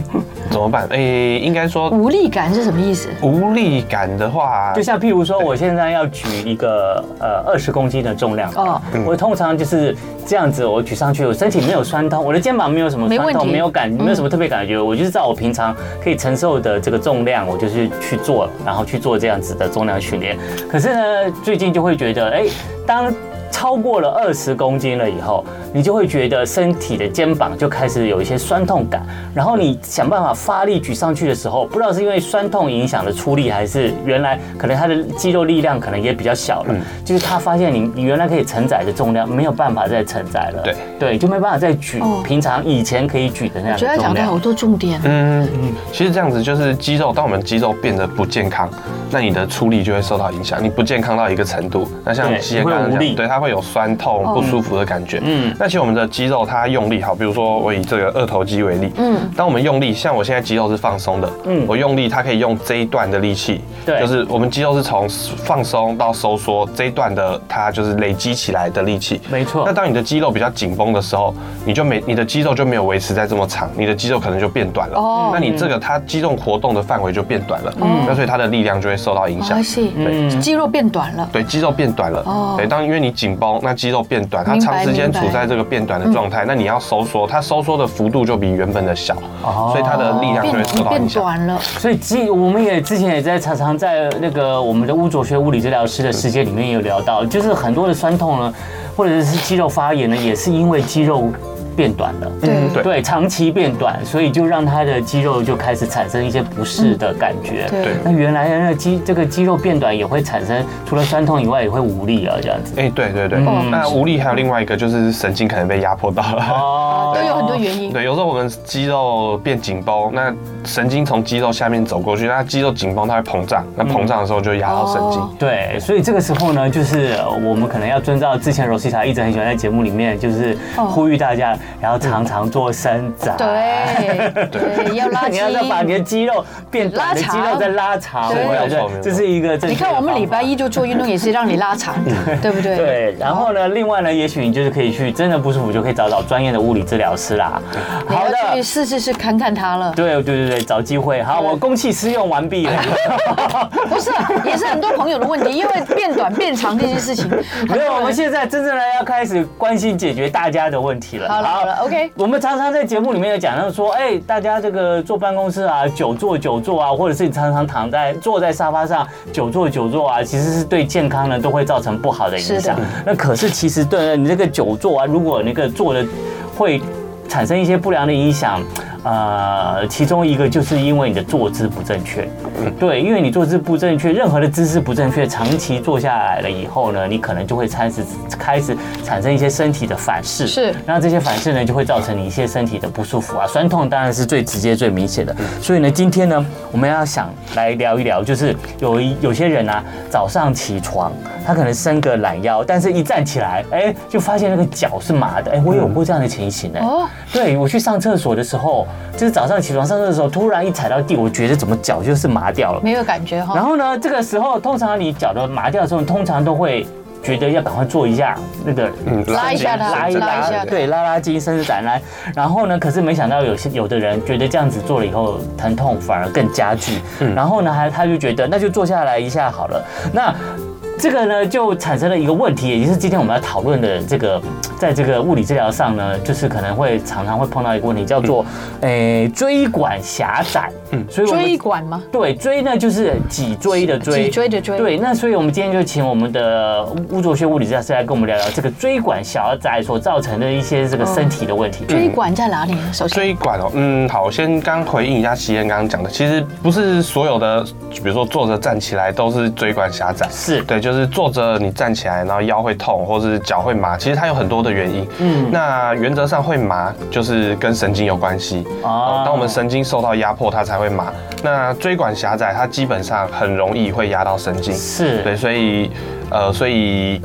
[SPEAKER 3] 怎么办？诶、应该说
[SPEAKER 1] 无力感是什么意思？
[SPEAKER 3] 无力感的话，
[SPEAKER 2] 就像譬如说，我现在要举一个呃二十公斤的重量，
[SPEAKER 1] 哦
[SPEAKER 2] 我通常就是这样子，我举上去，我身体没有酸痛，我的肩膀没有什么
[SPEAKER 1] 没
[SPEAKER 2] 酸
[SPEAKER 1] 问
[SPEAKER 2] 痛，
[SPEAKER 1] 题
[SPEAKER 2] 没有感，
[SPEAKER 1] 嗯
[SPEAKER 2] 没有什么特别感觉，我就是照我平常可以承受的这个重量，我就是去做，然后去做这样子的重量训练。可是呢，最近就会觉得，哎，当超过了二十公斤了以后，你就会觉得身体的肩膀就开始有一些酸痛感，然后你想办法发力举上去的时候，不知道是因为酸痛影响了出力，还是原来可能他的肌肉力量可能也比较小
[SPEAKER 1] 嗯
[SPEAKER 2] 了，就是他发现你你原来可以承载的重量没有办法再承载了，
[SPEAKER 3] 对
[SPEAKER 2] 对，就没办法再举
[SPEAKER 1] 哦
[SPEAKER 2] 平常以前可以举的那样
[SPEAKER 1] 觉
[SPEAKER 2] 的
[SPEAKER 1] 得
[SPEAKER 2] 重
[SPEAKER 1] 讲的好
[SPEAKER 2] 量。
[SPEAKER 1] 多重点。
[SPEAKER 3] 嗯，其实这样子就是肌肉，当我们肌肉变得不健康，那你的出力就会受到影响。你不健康到一个程度，那像
[SPEAKER 2] 对
[SPEAKER 3] 肌肉
[SPEAKER 2] 你会
[SPEAKER 3] 刚刚
[SPEAKER 2] 无力
[SPEAKER 3] 讲，对，它会有酸痛、不舒服的感觉。
[SPEAKER 2] 嗯
[SPEAKER 3] 嗯，那其实我们的肌肉它用力好，比如说我以这个二头肌为例，
[SPEAKER 1] 嗯
[SPEAKER 3] 嗯，当我们用力，像我现在肌肉是放松的，
[SPEAKER 2] 嗯
[SPEAKER 3] 嗯，我用力它可以用这一段的力气，
[SPEAKER 2] 对
[SPEAKER 3] 就是我们肌肉是从放松到收缩这一段的，它就是累积起来的力气，
[SPEAKER 2] 没错
[SPEAKER 3] 那当你的肌肉比较紧绷的时候，你就没你的肌肉就没有维持在这么长，你的肌肉可能就变短了。
[SPEAKER 1] 哦
[SPEAKER 3] 哦，那你这个它肌肉活动的范围就变短了，那所以它的力量就会受到影响
[SPEAKER 1] 关。系，
[SPEAKER 2] 嗯
[SPEAKER 1] 啊肌肉变短了。
[SPEAKER 3] 对，肌肉变短了。
[SPEAKER 1] 哦
[SPEAKER 3] 对，当因为你紧绷，那肌肉变短，它
[SPEAKER 1] 明白
[SPEAKER 3] 长时间
[SPEAKER 1] 明白嗯
[SPEAKER 3] 处在这个变短的状态，那你要收缩，它收缩的幅度就比原本的小，
[SPEAKER 2] 哦
[SPEAKER 3] 所以它的力量就会
[SPEAKER 1] 变
[SPEAKER 3] 受到
[SPEAKER 1] 变
[SPEAKER 3] 影响。
[SPEAKER 1] 短了，
[SPEAKER 2] 所以肌，我们也之前也在常常在那个我们的物佐学物理治疗师的世界里面也有聊到，就是很多的酸痛呢，或者是肌肉发炎呢，也是因为肌肉变短了。
[SPEAKER 1] 对
[SPEAKER 3] 嗯对
[SPEAKER 2] 对，长期变短，所以就让他的肌肉就开始产生一些不适的感觉。
[SPEAKER 1] 嗯对
[SPEAKER 3] 对。
[SPEAKER 2] 那原来的那个肌这个肌肉变短也会产生除了酸痛以外，也会无力啊，这样子。
[SPEAKER 3] 哎，对对对
[SPEAKER 2] 嗯，
[SPEAKER 3] 那无力还有另外一个就是神经可能被压迫到了。
[SPEAKER 2] 哦
[SPEAKER 1] 都有很多原因。
[SPEAKER 3] 对，有时候我们肌肉变紧绷，那神经从肌肉下面走过去，那肌肉紧绷它会膨胀，那膨胀的时候就压到神经。
[SPEAKER 1] 哦
[SPEAKER 2] 对，所以这个时候呢，就是呃我们可能要遵照之前 Rosita 一直很喜欢在节目里面，就是
[SPEAKER 1] 哦
[SPEAKER 2] 呼吁大家，然后常常做伸展。
[SPEAKER 1] 对对，要拉
[SPEAKER 2] 你
[SPEAKER 1] 筋
[SPEAKER 2] 要。再把你的肌肉变短
[SPEAKER 1] 拉
[SPEAKER 2] 的
[SPEAKER 1] 长
[SPEAKER 2] 肌肉再拉长，
[SPEAKER 1] 对
[SPEAKER 2] 对不
[SPEAKER 3] 没有错没
[SPEAKER 2] 对？
[SPEAKER 3] 有错
[SPEAKER 2] 这是一个正确的
[SPEAKER 1] 你看我们礼拜
[SPEAKER 2] 方法。
[SPEAKER 1] 一就做运动，也是让你拉长，
[SPEAKER 3] 嗯
[SPEAKER 1] 对不对？
[SPEAKER 2] 对，然后呢？另外呢，也许你就是可以去，真的不舒服就可以找找专业的物理治疗师啦。
[SPEAKER 1] 你
[SPEAKER 2] 好
[SPEAKER 1] 要去
[SPEAKER 2] 的，
[SPEAKER 1] 试试试看看它了。
[SPEAKER 2] 对对对对，找机会。好，我公器私用完毕 了。
[SPEAKER 1] 不是啊，也是很多朋友的问题，因为变短变长这件事情，
[SPEAKER 2] 没有，我们现在真正的要开始关心解决大家的问题了。
[SPEAKER 1] 好了好了，OK。
[SPEAKER 2] 我们常常在节目里面有讲到说，哎、大家这个坐办公室啊，久坐久坐啊，或者是你常常躺在坐在沙发上久坐久坐啊，其实是对健康呢都会造成不好的影
[SPEAKER 1] 是的
[SPEAKER 2] 响。那可是其实对你这个久坐啊，如果那个坐的会产生一些不良的影响，呃，其中一个就是因为你的坐姿不正确。
[SPEAKER 1] 嗯
[SPEAKER 2] 对，因为你坐姿不正确，任何的姿势不正确，长期坐下来了以后呢，你可能就会开始开始产生一些身体的反噬。
[SPEAKER 1] 是
[SPEAKER 2] 那这些反噬呢，就会造成你一些身体的不舒服啊，酸痛当然是最直接、最明显的。所以呢，今天呢，我们要想来聊一聊，就是有一有些人啊，早上起床，他可能伸个懒腰，但是一站起来，哎，就发现那个脚是麻的。哎，我有过这样的情形哎。
[SPEAKER 1] 哦
[SPEAKER 2] 对，我去上厕所的时候，就是早上起床上厕所的时候，突然一踩到地，我觉得怎么脚就是麻掉了。
[SPEAKER 1] 没有感觉哈
[SPEAKER 2] 然。后呢，这个时候通常你脚的麻掉的时候，你通常都会觉得要赶快做一下那个
[SPEAKER 3] 嗯，
[SPEAKER 1] 拉一下它
[SPEAKER 2] 拉一
[SPEAKER 1] 拉一
[SPEAKER 2] 拉，
[SPEAKER 1] 下
[SPEAKER 2] 对，拉拉筋，甚至展拉。然后呢，可是没想到有些有的人觉得这样子做了以后疼痛反而更加剧，
[SPEAKER 1] 嗯
[SPEAKER 2] 然后呢，还他就觉得那就坐下来一下好了。那这个呢，就产生了一个问题，也就是今天我们要讨论的这个，在这个物理治疗上呢，就是可能会常常会碰到一个问题，叫做，
[SPEAKER 1] 嗯
[SPEAKER 2] 诶、椎管狭窄。嗯，所以我们
[SPEAKER 1] 椎管吗？
[SPEAKER 2] 对，椎呢就是脊椎的椎，
[SPEAKER 1] 脊椎的椎
[SPEAKER 2] 对，那所以我们今天就请我们的巫卓学物理治疗师来跟我们聊聊这个椎管狭窄所造成的一些这个身体的问题。
[SPEAKER 1] 椎管在哪里呢？首先，
[SPEAKER 3] 椎嗯管哦，嗯，好，我先刚回应一下齐燕刚刚讲的，其实不是所有的，比如说坐着站起来都是椎管狭窄，
[SPEAKER 2] 是
[SPEAKER 3] 对，就是坐着你站起来，然后腰会痛或是脚会麻，其实它有很多的原因。
[SPEAKER 2] 嗯
[SPEAKER 3] 嗯，那原则上会麻就是跟神经有关系
[SPEAKER 2] 哦
[SPEAKER 3] 哦，当我们神经受到压迫，它才会麻。那椎管狭窄，它基本上很容易会压到神经，
[SPEAKER 2] 是，
[SPEAKER 3] 对，所以呃，所以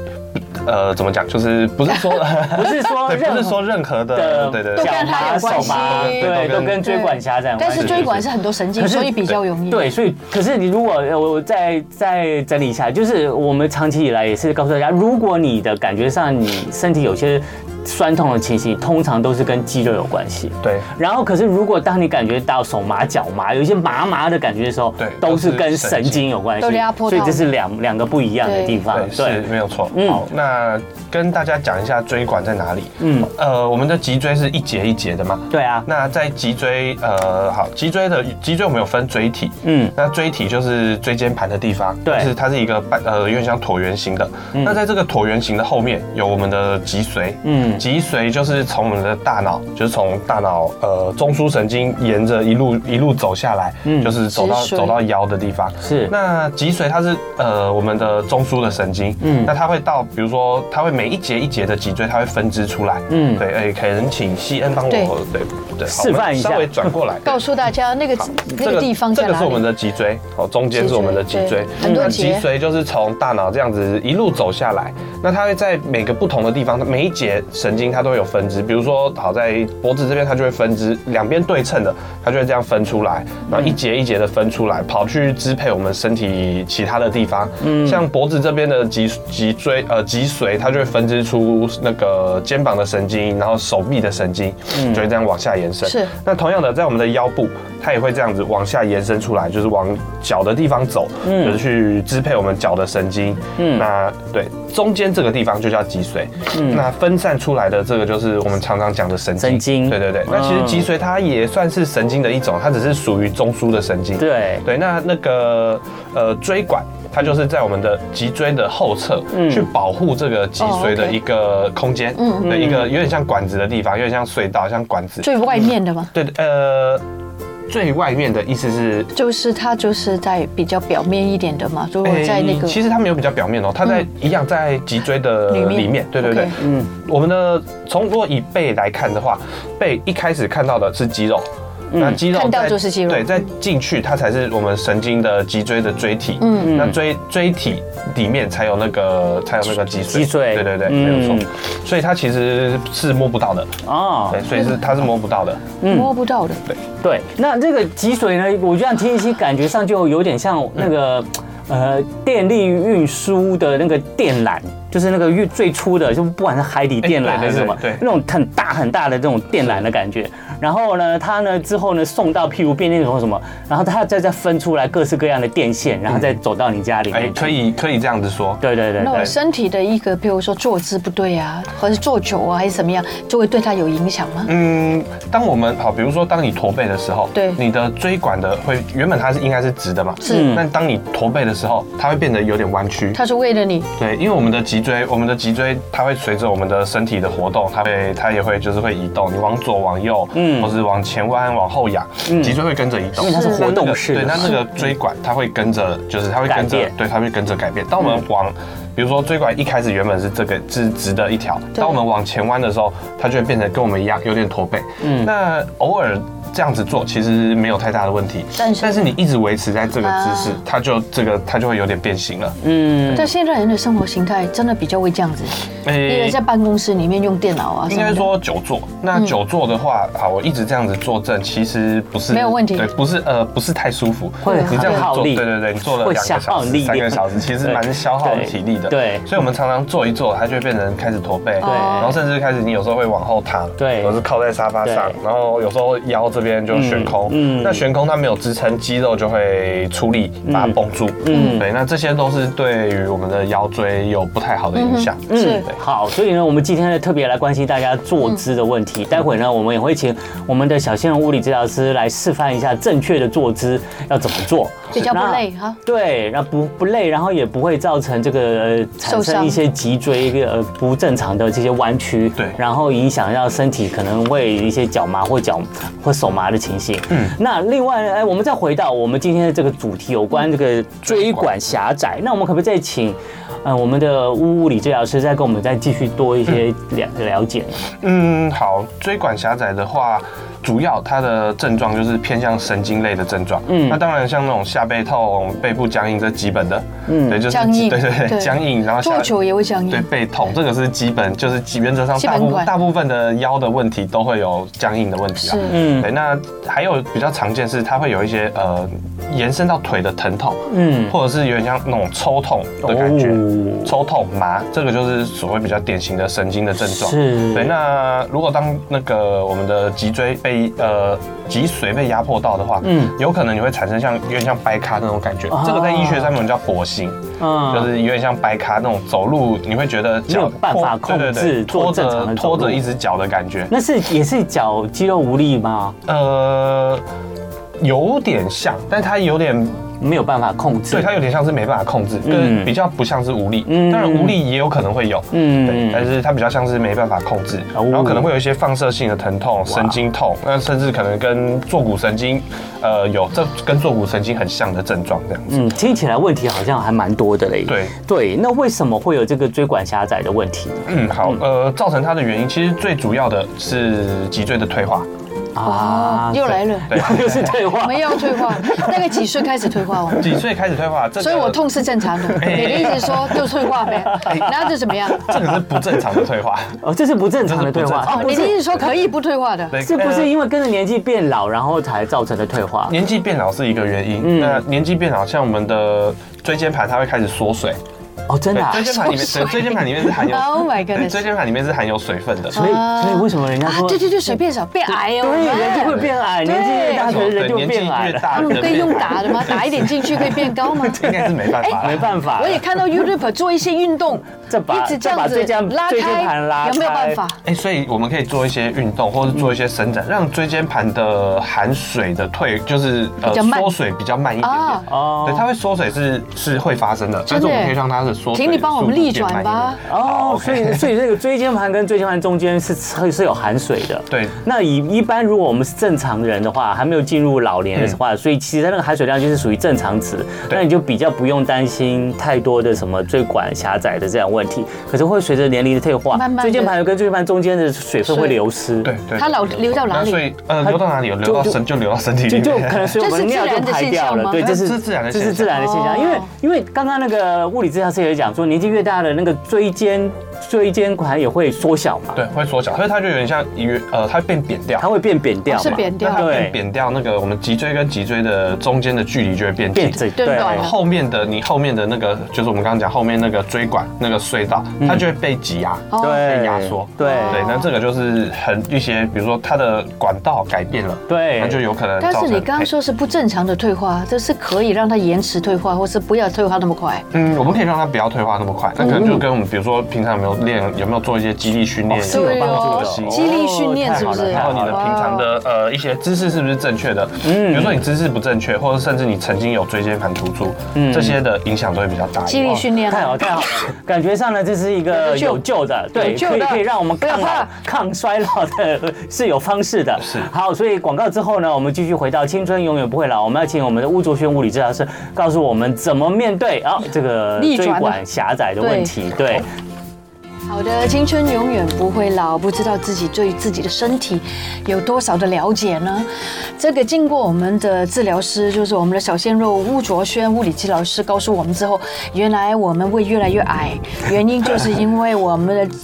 [SPEAKER 3] 呃，怎么讲，就是不是说
[SPEAKER 2] 不是说
[SPEAKER 3] 对，不
[SPEAKER 2] 任何
[SPEAKER 3] 是说任何
[SPEAKER 2] 的
[SPEAKER 3] 的，对对
[SPEAKER 1] 都
[SPEAKER 3] 对
[SPEAKER 1] 跟。它有
[SPEAKER 2] 手
[SPEAKER 1] 关
[SPEAKER 2] 麻
[SPEAKER 1] 系
[SPEAKER 2] 对，
[SPEAKER 3] 对都
[SPEAKER 2] 都
[SPEAKER 3] 跟
[SPEAKER 2] 跟椎管狭窄有关
[SPEAKER 1] 但
[SPEAKER 2] 系。
[SPEAKER 1] 是椎管是很多神经，
[SPEAKER 2] 可是
[SPEAKER 1] 所以比较容易。
[SPEAKER 2] 对，所以可是你如果呃我我再再整理一下，就是我们长期以来也是告诉大家，如果你的感觉上你身体有些酸痛的情形，通常都是跟肌肉有关系。
[SPEAKER 3] 对，
[SPEAKER 2] 然后，可是如果当你感觉到手麻、脚麻，有一些麻麻的感觉的时候，
[SPEAKER 3] 对
[SPEAKER 2] 都是跟
[SPEAKER 3] 都是
[SPEAKER 2] 神
[SPEAKER 3] 神经
[SPEAKER 2] 经有关系，
[SPEAKER 1] 都是压迫
[SPEAKER 2] 所
[SPEAKER 1] 到
[SPEAKER 2] 以这是两两个不一样的
[SPEAKER 1] 对
[SPEAKER 2] 地方，
[SPEAKER 3] 对，是没有错。
[SPEAKER 2] 嗯
[SPEAKER 3] 好，那跟大家讲一下椎管在哪里。
[SPEAKER 2] 嗯，
[SPEAKER 3] 呃，我们的脊椎是一节一节的嘛。
[SPEAKER 2] 对啊，
[SPEAKER 3] 那在脊椎，呃，好，脊椎的脊椎我们有分椎体，
[SPEAKER 2] 嗯，
[SPEAKER 3] 那椎体就是椎间盘的地方，
[SPEAKER 2] 对
[SPEAKER 3] 就是它是一个半，呃，有点像椭圆形的。那在这个椭圆形的后面有我们的脊髓，
[SPEAKER 2] 嗯
[SPEAKER 3] 脊髓就是从我们的大脑，就是从大脑呃中枢神经沿着一路一路走下来，
[SPEAKER 2] 嗯
[SPEAKER 3] 就是走到
[SPEAKER 1] 脊髓
[SPEAKER 3] 走到腰的地方。
[SPEAKER 2] 是
[SPEAKER 3] 那脊髓它是呃我们的中枢的神经，
[SPEAKER 2] 嗯
[SPEAKER 3] 嗯，那它会到，比如说它会每一节一节的脊椎，它会分支出来，
[SPEAKER 2] 嗯
[SPEAKER 3] 嗯，对，哎、可能请西恩帮
[SPEAKER 1] 对
[SPEAKER 3] 我对对好
[SPEAKER 2] 示范一下
[SPEAKER 3] 我们稍微转过来，
[SPEAKER 1] 告诉大家那个那
[SPEAKER 3] 这
[SPEAKER 1] 个地方
[SPEAKER 3] 这
[SPEAKER 1] 在
[SPEAKER 3] 个
[SPEAKER 1] 哪
[SPEAKER 3] 是我们
[SPEAKER 1] 里？
[SPEAKER 3] 的脊椎，哦，中间是我们的脊
[SPEAKER 1] 脊椎
[SPEAKER 3] 椎
[SPEAKER 1] 对，很多
[SPEAKER 3] 那
[SPEAKER 1] 节
[SPEAKER 3] 脊髓就是从大脑这样子一路走下来，那它会在每个不同的地方，每一节神经它都会有分支，比如说好在脖子这边它就会分支，两边对称的它就会这样分出来，然后一节一节的分出来，跑去支配我们身体其他的地方，
[SPEAKER 1] 嗯
[SPEAKER 3] 像脖子这边的脊脊椎呃脊髓，它就会分支出那个肩膀的神经，然后手臂的神经，就会这样往下延伸，
[SPEAKER 1] 嗯是
[SPEAKER 3] 那同样的，在我们的腰部，它也会这样子往下延伸出来，就是往脚的地方走，就是去支配我们脚的神经。
[SPEAKER 2] 嗯
[SPEAKER 3] 那对中间这个地方就叫脊髓。那分散出来的这个就是我们常常讲的神经。
[SPEAKER 2] 神经
[SPEAKER 3] 对对对。那其实脊髓它也算是神经的一种，它只是属于中枢的神经。
[SPEAKER 2] 对，
[SPEAKER 3] 对，那那个呃椎管，它就是在我们的脊椎的后侧，去保护这个脊髓
[SPEAKER 1] 哦
[SPEAKER 3] 的
[SPEAKER 1] ，OK
[SPEAKER 3] 一个空间，嗯，对，一个有点像管子的地方，有点像隧道，像管子。
[SPEAKER 1] 最外面的吗？
[SPEAKER 3] 对，呃，最外面的意思是，
[SPEAKER 1] 就是它就是在比较表面一点的嘛，如果哦在那个
[SPEAKER 3] 哎
[SPEAKER 1] 嗯
[SPEAKER 3] 诶其实它没有比较表面哦，它在、一样在脊椎的
[SPEAKER 1] 里
[SPEAKER 3] 里
[SPEAKER 1] 面
[SPEAKER 3] 面，对对对
[SPEAKER 1] OK
[SPEAKER 2] 嗯
[SPEAKER 3] 嗯，我们的从如果以背来看的话，背一开始看到的是肌肉。那肌
[SPEAKER 1] 嗯
[SPEAKER 3] 肉
[SPEAKER 1] 看到
[SPEAKER 3] 在
[SPEAKER 1] 就是肌肉
[SPEAKER 3] 对，再进去它才是我们神经的脊椎的椎体，嗯，那椎椎体里面才有那个才有那个脊髓，
[SPEAKER 2] 脊髓
[SPEAKER 3] 对对对，
[SPEAKER 2] 嗯
[SPEAKER 3] 没有错，所以它其实是摸不到的，
[SPEAKER 2] 哦嗯
[SPEAKER 3] 对，，所以是它是摸不到的，
[SPEAKER 1] 摸不到的，
[SPEAKER 2] 对，那这个脊髓呢，我这样听一听，感觉上就有点像那个。呃，电力运输的那个电缆，就是那个越最初的，就不管是海底电缆
[SPEAKER 3] 哎对对
[SPEAKER 2] 还是什么，
[SPEAKER 3] 对对
[SPEAKER 2] 那种很大很大的这种电缆的感觉。然后呢，它呢之后呢送到譬如便利店什么，然后它再再分出来各式各样的电线，然后再走到你家里
[SPEAKER 3] 哎，
[SPEAKER 2] 面去。
[SPEAKER 3] 可以可以这样子说，
[SPEAKER 2] 对对对
[SPEAKER 1] 那
[SPEAKER 2] 对
[SPEAKER 1] 我身体的一个，比如说坐姿不对啊，或者是坐久啊，还是怎么样，就会对它有影响吗？
[SPEAKER 3] 嗯，当我们好，比如说当你驼背的时候，
[SPEAKER 1] 对
[SPEAKER 3] 你的椎管的会原本它是应该是直的嘛，
[SPEAKER 1] 是
[SPEAKER 3] 但当你驼背的时候，它会变得有点弯曲。
[SPEAKER 1] 它是为了你
[SPEAKER 3] 对，因为我们的脊椎，我们的脊椎它会随着我们的身体的活动，它会它也会就是会移动，你往左往右，
[SPEAKER 2] 嗯
[SPEAKER 3] 嗯，或是往前弯往后仰，脊椎会跟着移动，
[SPEAKER 2] 因为它是活动式的
[SPEAKER 3] 对，那那个椎管它会跟着，就是它会跟
[SPEAKER 2] 改
[SPEAKER 3] 着
[SPEAKER 2] 变，嗯
[SPEAKER 3] 对，它会跟着改变。当我们往比如说椎管一开始原本是这个是直的一条，
[SPEAKER 1] 对
[SPEAKER 3] 当我们往前弯的时候，它就会变成跟我们一样有点驼背。嗯，那偶尔这样子做其实没有太大的问题，
[SPEAKER 4] 但是
[SPEAKER 3] 你一直维持在这个姿势
[SPEAKER 1] 啊，
[SPEAKER 3] 它就这个它就会有点变形了。
[SPEAKER 2] 嗯，
[SPEAKER 1] 但现在人的生活形态真的比较会这样子，因为
[SPEAKER 3] 诶
[SPEAKER 1] 在办公室里面用电脑啊，
[SPEAKER 3] 应该说久坐。那
[SPEAKER 1] 嗯
[SPEAKER 3] 久坐的话，好，我一直这样子坐正，其实不是
[SPEAKER 1] 没有问题
[SPEAKER 3] 对，不是呃，不是太舒服。
[SPEAKER 2] 会
[SPEAKER 3] 你这样子
[SPEAKER 2] 耗
[SPEAKER 3] 坐，
[SPEAKER 2] 力
[SPEAKER 3] 对对对，你坐了
[SPEAKER 2] 会
[SPEAKER 3] 两个
[SPEAKER 2] 消耗
[SPEAKER 3] 小时、
[SPEAKER 2] 力
[SPEAKER 3] 三
[SPEAKER 2] 量
[SPEAKER 3] 个小时，其实
[SPEAKER 2] 对
[SPEAKER 3] 蛮消耗
[SPEAKER 2] 对
[SPEAKER 3] 体力的。
[SPEAKER 2] 对
[SPEAKER 3] 所以我们常常坐一坐，它就会变成开始驼背，
[SPEAKER 1] 对
[SPEAKER 3] 然后甚至开始你有时候会往后躺，
[SPEAKER 2] 对
[SPEAKER 3] 有时候靠在沙发上
[SPEAKER 2] 对，
[SPEAKER 3] 然后有时候腰这边就悬空，
[SPEAKER 2] 嗯嗯
[SPEAKER 3] 那悬空它没有支撑，肌肉就会出力把它绷住，嗯，对，那这些都是对于我们的腰椎有不太好的影响，
[SPEAKER 1] 嗯是
[SPEAKER 2] 好，所以呢，我们今天呢特别来关心大家坐姿的问题。待会呢，我们也会请我们的小鲜肉物理治疗师来示范一下正确的坐姿要怎么做，
[SPEAKER 1] 比较不
[SPEAKER 2] 那
[SPEAKER 1] 累哈。
[SPEAKER 2] 对，那不不累，然后也不会造成这个、呃、产
[SPEAKER 1] 受
[SPEAKER 2] 生
[SPEAKER 1] 伤
[SPEAKER 2] 一些脊椎呃不正常的这些弯曲，
[SPEAKER 3] 对
[SPEAKER 2] 然后影响到身体可能会一些脚麻或脚或手麻的情形。嗯，那另外呢，哎，我们再回到我们今天的这个主题，有关这个椎管狭窄，
[SPEAKER 3] 嗯
[SPEAKER 2] 那我们可不可以再请？呃，我们的物理治疗师再跟我们再继续多一些了了解呢。
[SPEAKER 3] 嗯，好，椎管狭窄的话，主要它的症状就是偏向神经类的症状。嗯，那当然像那种下背痛、背部僵硬，这基本的。嗯，对，就是
[SPEAKER 1] 僵硬
[SPEAKER 3] 对对
[SPEAKER 1] 对
[SPEAKER 3] 对，僵硬，然后
[SPEAKER 1] 做
[SPEAKER 3] 啊下
[SPEAKER 1] 球也会僵硬
[SPEAKER 3] 对，背痛，这个是基本，就是基原则上
[SPEAKER 1] 基
[SPEAKER 3] 大
[SPEAKER 1] 本
[SPEAKER 3] 部
[SPEAKER 1] 款
[SPEAKER 3] 大部分的腰的问题都会有僵硬的问题啊。
[SPEAKER 1] 是
[SPEAKER 2] 嗯
[SPEAKER 3] 对，那还有比较常见是它会有一些呃延伸到腿的疼痛，
[SPEAKER 2] 嗯，
[SPEAKER 3] 或者是有点像那种抽痛的感觉。
[SPEAKER 2] 哦
[SPEAKER 3] 抽痛、麻，这个就是所谓比较典型的神经的症状。
[SPEAKER 2] 是
[SPEAKER 3] 对。那如果当那个我们的脊椎被呃脊髓被压迫到的话，
[SPEAKER 2] 嗯
[SPEAKER 3] 嗯，有可能你会产生像有点像掰咖那种感觉。
[SPEAKER 2] 啊
[SPEAKER 3] 这个在医学上面我们叫跛行，
[SPEAKER 2] 嗯
[SPEAKER 3] 就是有点像掰咖那种走路你会觉得脚
[SPEAKER 2] 没有办法
[SPEAKER 3] 拖对对
[SPEAKER 2] 控制
[SPEAKER 3] 对
[SPEAKER 2] 做
[SPEAKER 3] 拖
[SPEAKER 2] 正常的
[SPEAKER 3] 着
[SPEAKER 2] 走路
[SPEAKER 3] 拖着一只脚的感觉。
[SPEAKER 2] 那是也是脚肌肉无力吗？
[SPEAKER 3] 呃，有点像，但它有点
[SPEAKER 2] 没有办法控制。
[SPEAKER 3] 对，它有点像是没办法控制，
[SPEAKER 2] 嗯
[SPEAKER 3] 跟比较不像是无力。
[SPEAKER 2] 嗯
[SPEAKER 3] 当然无力也有可能会有，
[SPEAKER 2] 嗯
[SPEAKER 3] 对，但是它比较像是没办法控制，
[SPEAKER 2] 哦
[SPEAKER 3] 然后可能会有一些放射性的疼痛、神经痛，那甚至可能跟坐骨神经，呃，有这跟坐骨神经很像的症状这样子。
[SPEAKER 2] 嗯，听起来问题好像还蛮多的嘞。
[SPEAKER 3] 对
[SPEAKER 2] 对，那为什么会有这个椎管狭窄的问题呢？
[SPEAKER 3] 嗯，好，呃，造成它的原因其实最主要的是脊椎的退 化，啊
[SPEAKER 1] 哦，又来了，
[SPEAKER 3] 对，
[SPEAKER 2] 啊又是退化。
[SPEAKER 1] 没有退 化，大概几岁开始退化哦？
[SPEAKER 3] 脊椎开始退化，这个
[SPEAKER 1] 所以我痛是正常 的。
[SPEAKER 3] 哎
[SPEAKER 1] 你的意思说就退化呗？那就怎么样？
[SPEAKER 3] 这个是不正常的 退化，
[SPEAKER 2] 哦，这是不正常的退
[SPEAKER 3] 这是
[SPEAKER 2] 化
[SPEAKER 1] 哦，。你的意思说可以不退化的？
[SPEAKER 3] 对
[SPEAKER 2] 是不
[SPEAKER 3] 呃
[SPEAKER 2] 是因为跟着年纪变老，然后才造成的退化？
[SPEAKER 3] 年纪变老是一个原因，
[SPEAKER 2] 嗯
[SPEAKER 3] 那年纪变老，像我们的椎间盘，它会开始缩水。
[SPEAKER 2] 哦，真的、
[SPEAKER 3] 对，
[SPEAKER 2] 啊
[SPEAKER 3] 椎。间盘里面，
[SPEAKER 1] 缩水
[SPEAKER 3] 对椎间盘里面是含有
[SPEAKER 1] Oh my
[SPEAKER 3] 对
[SPEAKER 1] goodness
[SPEAKER 3] 椎间盘里面是含有水分的。嗯
[SPEAKER 2] 所以，所以为什么人家
[SPEAKER 1] 啊
[SPEAKER 2] 说，
[SPEAKER 1] 对对对，水变少变矮哦。
[SPEAKER 2] 对人就会变矮，
[SPEAKER 1] 对
[SPEAKER 2] 年纪越大的人就
[SPEAKER 3] 对
[SPEAKER 2] 变矮
[SPEAKER 3] 年纪越
[SPEAKER 2] 了，
[SPEAKER 3] 大
[SPEAKER 1] 他
[SPEAKER 3] 人
[SPEAKER 1] 们可以嗯用
[SPEAKER 3] 变矮
[SPEAKER 1] 打哎的吗？打一点进去可以变高 吗？
[SPEAKER 3] 应该是没办法啦，
[SPEAKER 2] 没办法。
[SPEAKER 1] 我也看到 YouTube 做一些运动，
[SPEAKER 2] 这把
[SPEAKER 1] 一直这
[SPEAKER 2] 这把
[SPEAKER 1] 样子
[SPEAKER 2] 椎间
[SPEAKER 1] 拉
[SPEAKER 2] 椎间
[SPEAKER 1] 开
[SPEAKER 2] 盘拉，开
[SPEAKER 1] 有没有办法？
[SPEAKER 3] 哎、所以我们可以做一些运动，或者做一些伸展，让椎间盘的含水的退，就是呃
[SPEAKER 1] 比较慢
[SPEAKER 3] 缩水比较慢一点点。
[SPEAKER 1] 啊
[SPEAKER 2] 哦
[SPEAKER 3] 对，它会缩水是是会发生的，
[SPEAKER 1] 真的
[SPEAKER 3] 但是我们可以让它的缩水。
[SPEAKER 1] 请你帮我们逆转吧。
[SPEAKER 2] 哦，所以所以这个椎间盘跟椎间盘中间是是是有含水的。
[SPEAKER 3] 对
[SPEAKER 2] 那以一般如果我们是正常人的话，还没有进入老年的话，所以其实它那个含水量就是属于正常值，
[SPEAKER 3] 嗯对
[SPEAKER 2] 那你就比较不用担心太多的什么椎管狭窄的这样问题。可是会随着年龄的退化
[SPEAKER 1] 慢慢，地
[SPEAKER 2] 椎间盘跟椎间盘中间的水分会流失。
[SPEAKER 3] 对。对，
[SPEAKER 1] 它老流到哪
[SPEAKER 3] 那所
[SPEAKER 1] 里？
[SPEAKER 3] 以呃，流到哪里？流到
[SPEAKER 2] 就
[SPEAKER 3] 身就流到身体
[SPEAKER 2] 就
[SPEAKER 3] 里
[SPEAKER 2] 就可能
[SPEAKER 3] 面。
[SPEAKER 2] 随我们的尿就排掉了，对，
[SPEAKER 1] 这
[SPEAKER 2] 这
[SPEAKER 3] 是
[SPEAKER 2] 是
[SPEAKER 3] 自然的现象吗
[SPEAKER 2] 这是自然的现象。
[SPEAKER 1] 哦
[SPEAKER 2] 因为因为刚刚那个物理治疗师也讲说，年纪越大的那个椎间椎间盘也会缩小嘛，
[SPEAKER 3] 对，会缩小，所以它就有点像鱼，呃，它会变扁掉
[SPEAKER 2] 它。会变扁掉嘛，
[SPEAKER 1] 哦是扁
[SPEAKER 3] 那
[SPEAKER 1] 掉
[SPEAKER 3] 它
[SPEAKER 1] 的，
[SPEAKER 2] 对
[SPEAKER 3] 变扁掉，那个我们脊椎跟脊椎的中间的距离就会变近
[SPEAKER 2] 变。直
[SPEAKER 1] 对对
[SPEAKER 3] 后面的你后面的那个，就是我们刚刚讲后面那个椎管那个隧道，它就会被挤压。
[SPEAKER 1] 嗯哦
[SPEAKER 2] 对
[SPEAKER 3] 被压缩
[SPEAKER 2] 对
[SPEAKER 3] 对，那这个就是很一些，比如说它的管道改变了，
[SPEAKER 2] 对
[SPEAKER 3] 那就有可能造
[SPEAKER 1] 但
[SPEAKER 3] 成。哎
[SPEAKER 1] 是你刚
[SPEAKER 2] 哎
[SPEAKER 1] 刚说是不正常的退化，这是可以让它延迟退化，或是不要退化那么快。
[SPEAKER 3] 嗯，我们可以让它不要退化那么快，那可能就跟我们比如说平常有没有有练有没有做一些肌力训练，
[SPEAKER 2] 哦
[SPEAKER 3] 有
[SPEAKER 2] 是
[SPEAKER 3] 没
[SPEAKER 2] 有
[SPEAKER 3] 有
[SPEAKER 1] 对
[SPEAKER 2] 帮
[SPEAKER 1] 嗯哦
[SPEAKER 2] 助的
[SPEAKER 3] 吸，
[SPEAKER 1] 激励训练是不
[SPEAKER 2] 哦
[SPEAKER 1] 是？哦
[SPEAKER 2] 太
[SPEAKER 3] 然
[SPEAKER 2] 好
[SPEAKER 3] 后
[SPEAKER 2] 了
[SPEAKER 3] 你的平常的呃一些姿势是不是正确的？
[SPEAKER 2] 嗯
[SPEAKER 3] 嗯，比如说你姿势不正确，或者甚至你曾经有椎间盘突出，
[SPEAKER 2] 嗯
[SPEAKER 3] 这些的影响都会比较大一点。
[SPEAKER 1] 激励训练
[SPEAKER 2] 太好了太好了，感觉上呢，这是一个
[SPEAKER 1] 有救
[SPEAKER 2] 有救的，
[SPEAKER 1] 有
[SPEAKER 2] 对，
[SPEAKER 1] 救
[SPEAKER 2] 可以
[SPEAKER 1] 的
[SPEAKER 2] 可以让我们
[SPEAKER 1] 不要
[SPEAKER 2] 抗老
[SPEAKER 1] 怕、
[SPEAKER 2] 抗衰老的是有方式的。
[SPEAKER 3] 是
[SPEAKER 2] 好，所以广告之后呢，我们继续回到青春永远不会老，我们要请我们的巫卓轩物理治疗师告诉我们怎么面对啊这个
[SPEAKER 1] 嗯逆
[SPEAKER 2] 椎
[SPEAKER 1] 转
[SPEAKER 2] 管狭窄的问题。对，
[SPEAKER 1] 好的，青春永远不会老。不知道自己对自己的身体有多少的了解呢？这个经过我们的治疗师，就是我们的小鲜肉巫卓轩物理治疗师告诉我们之后，原来我们会越来越矮，原因就是因为我们的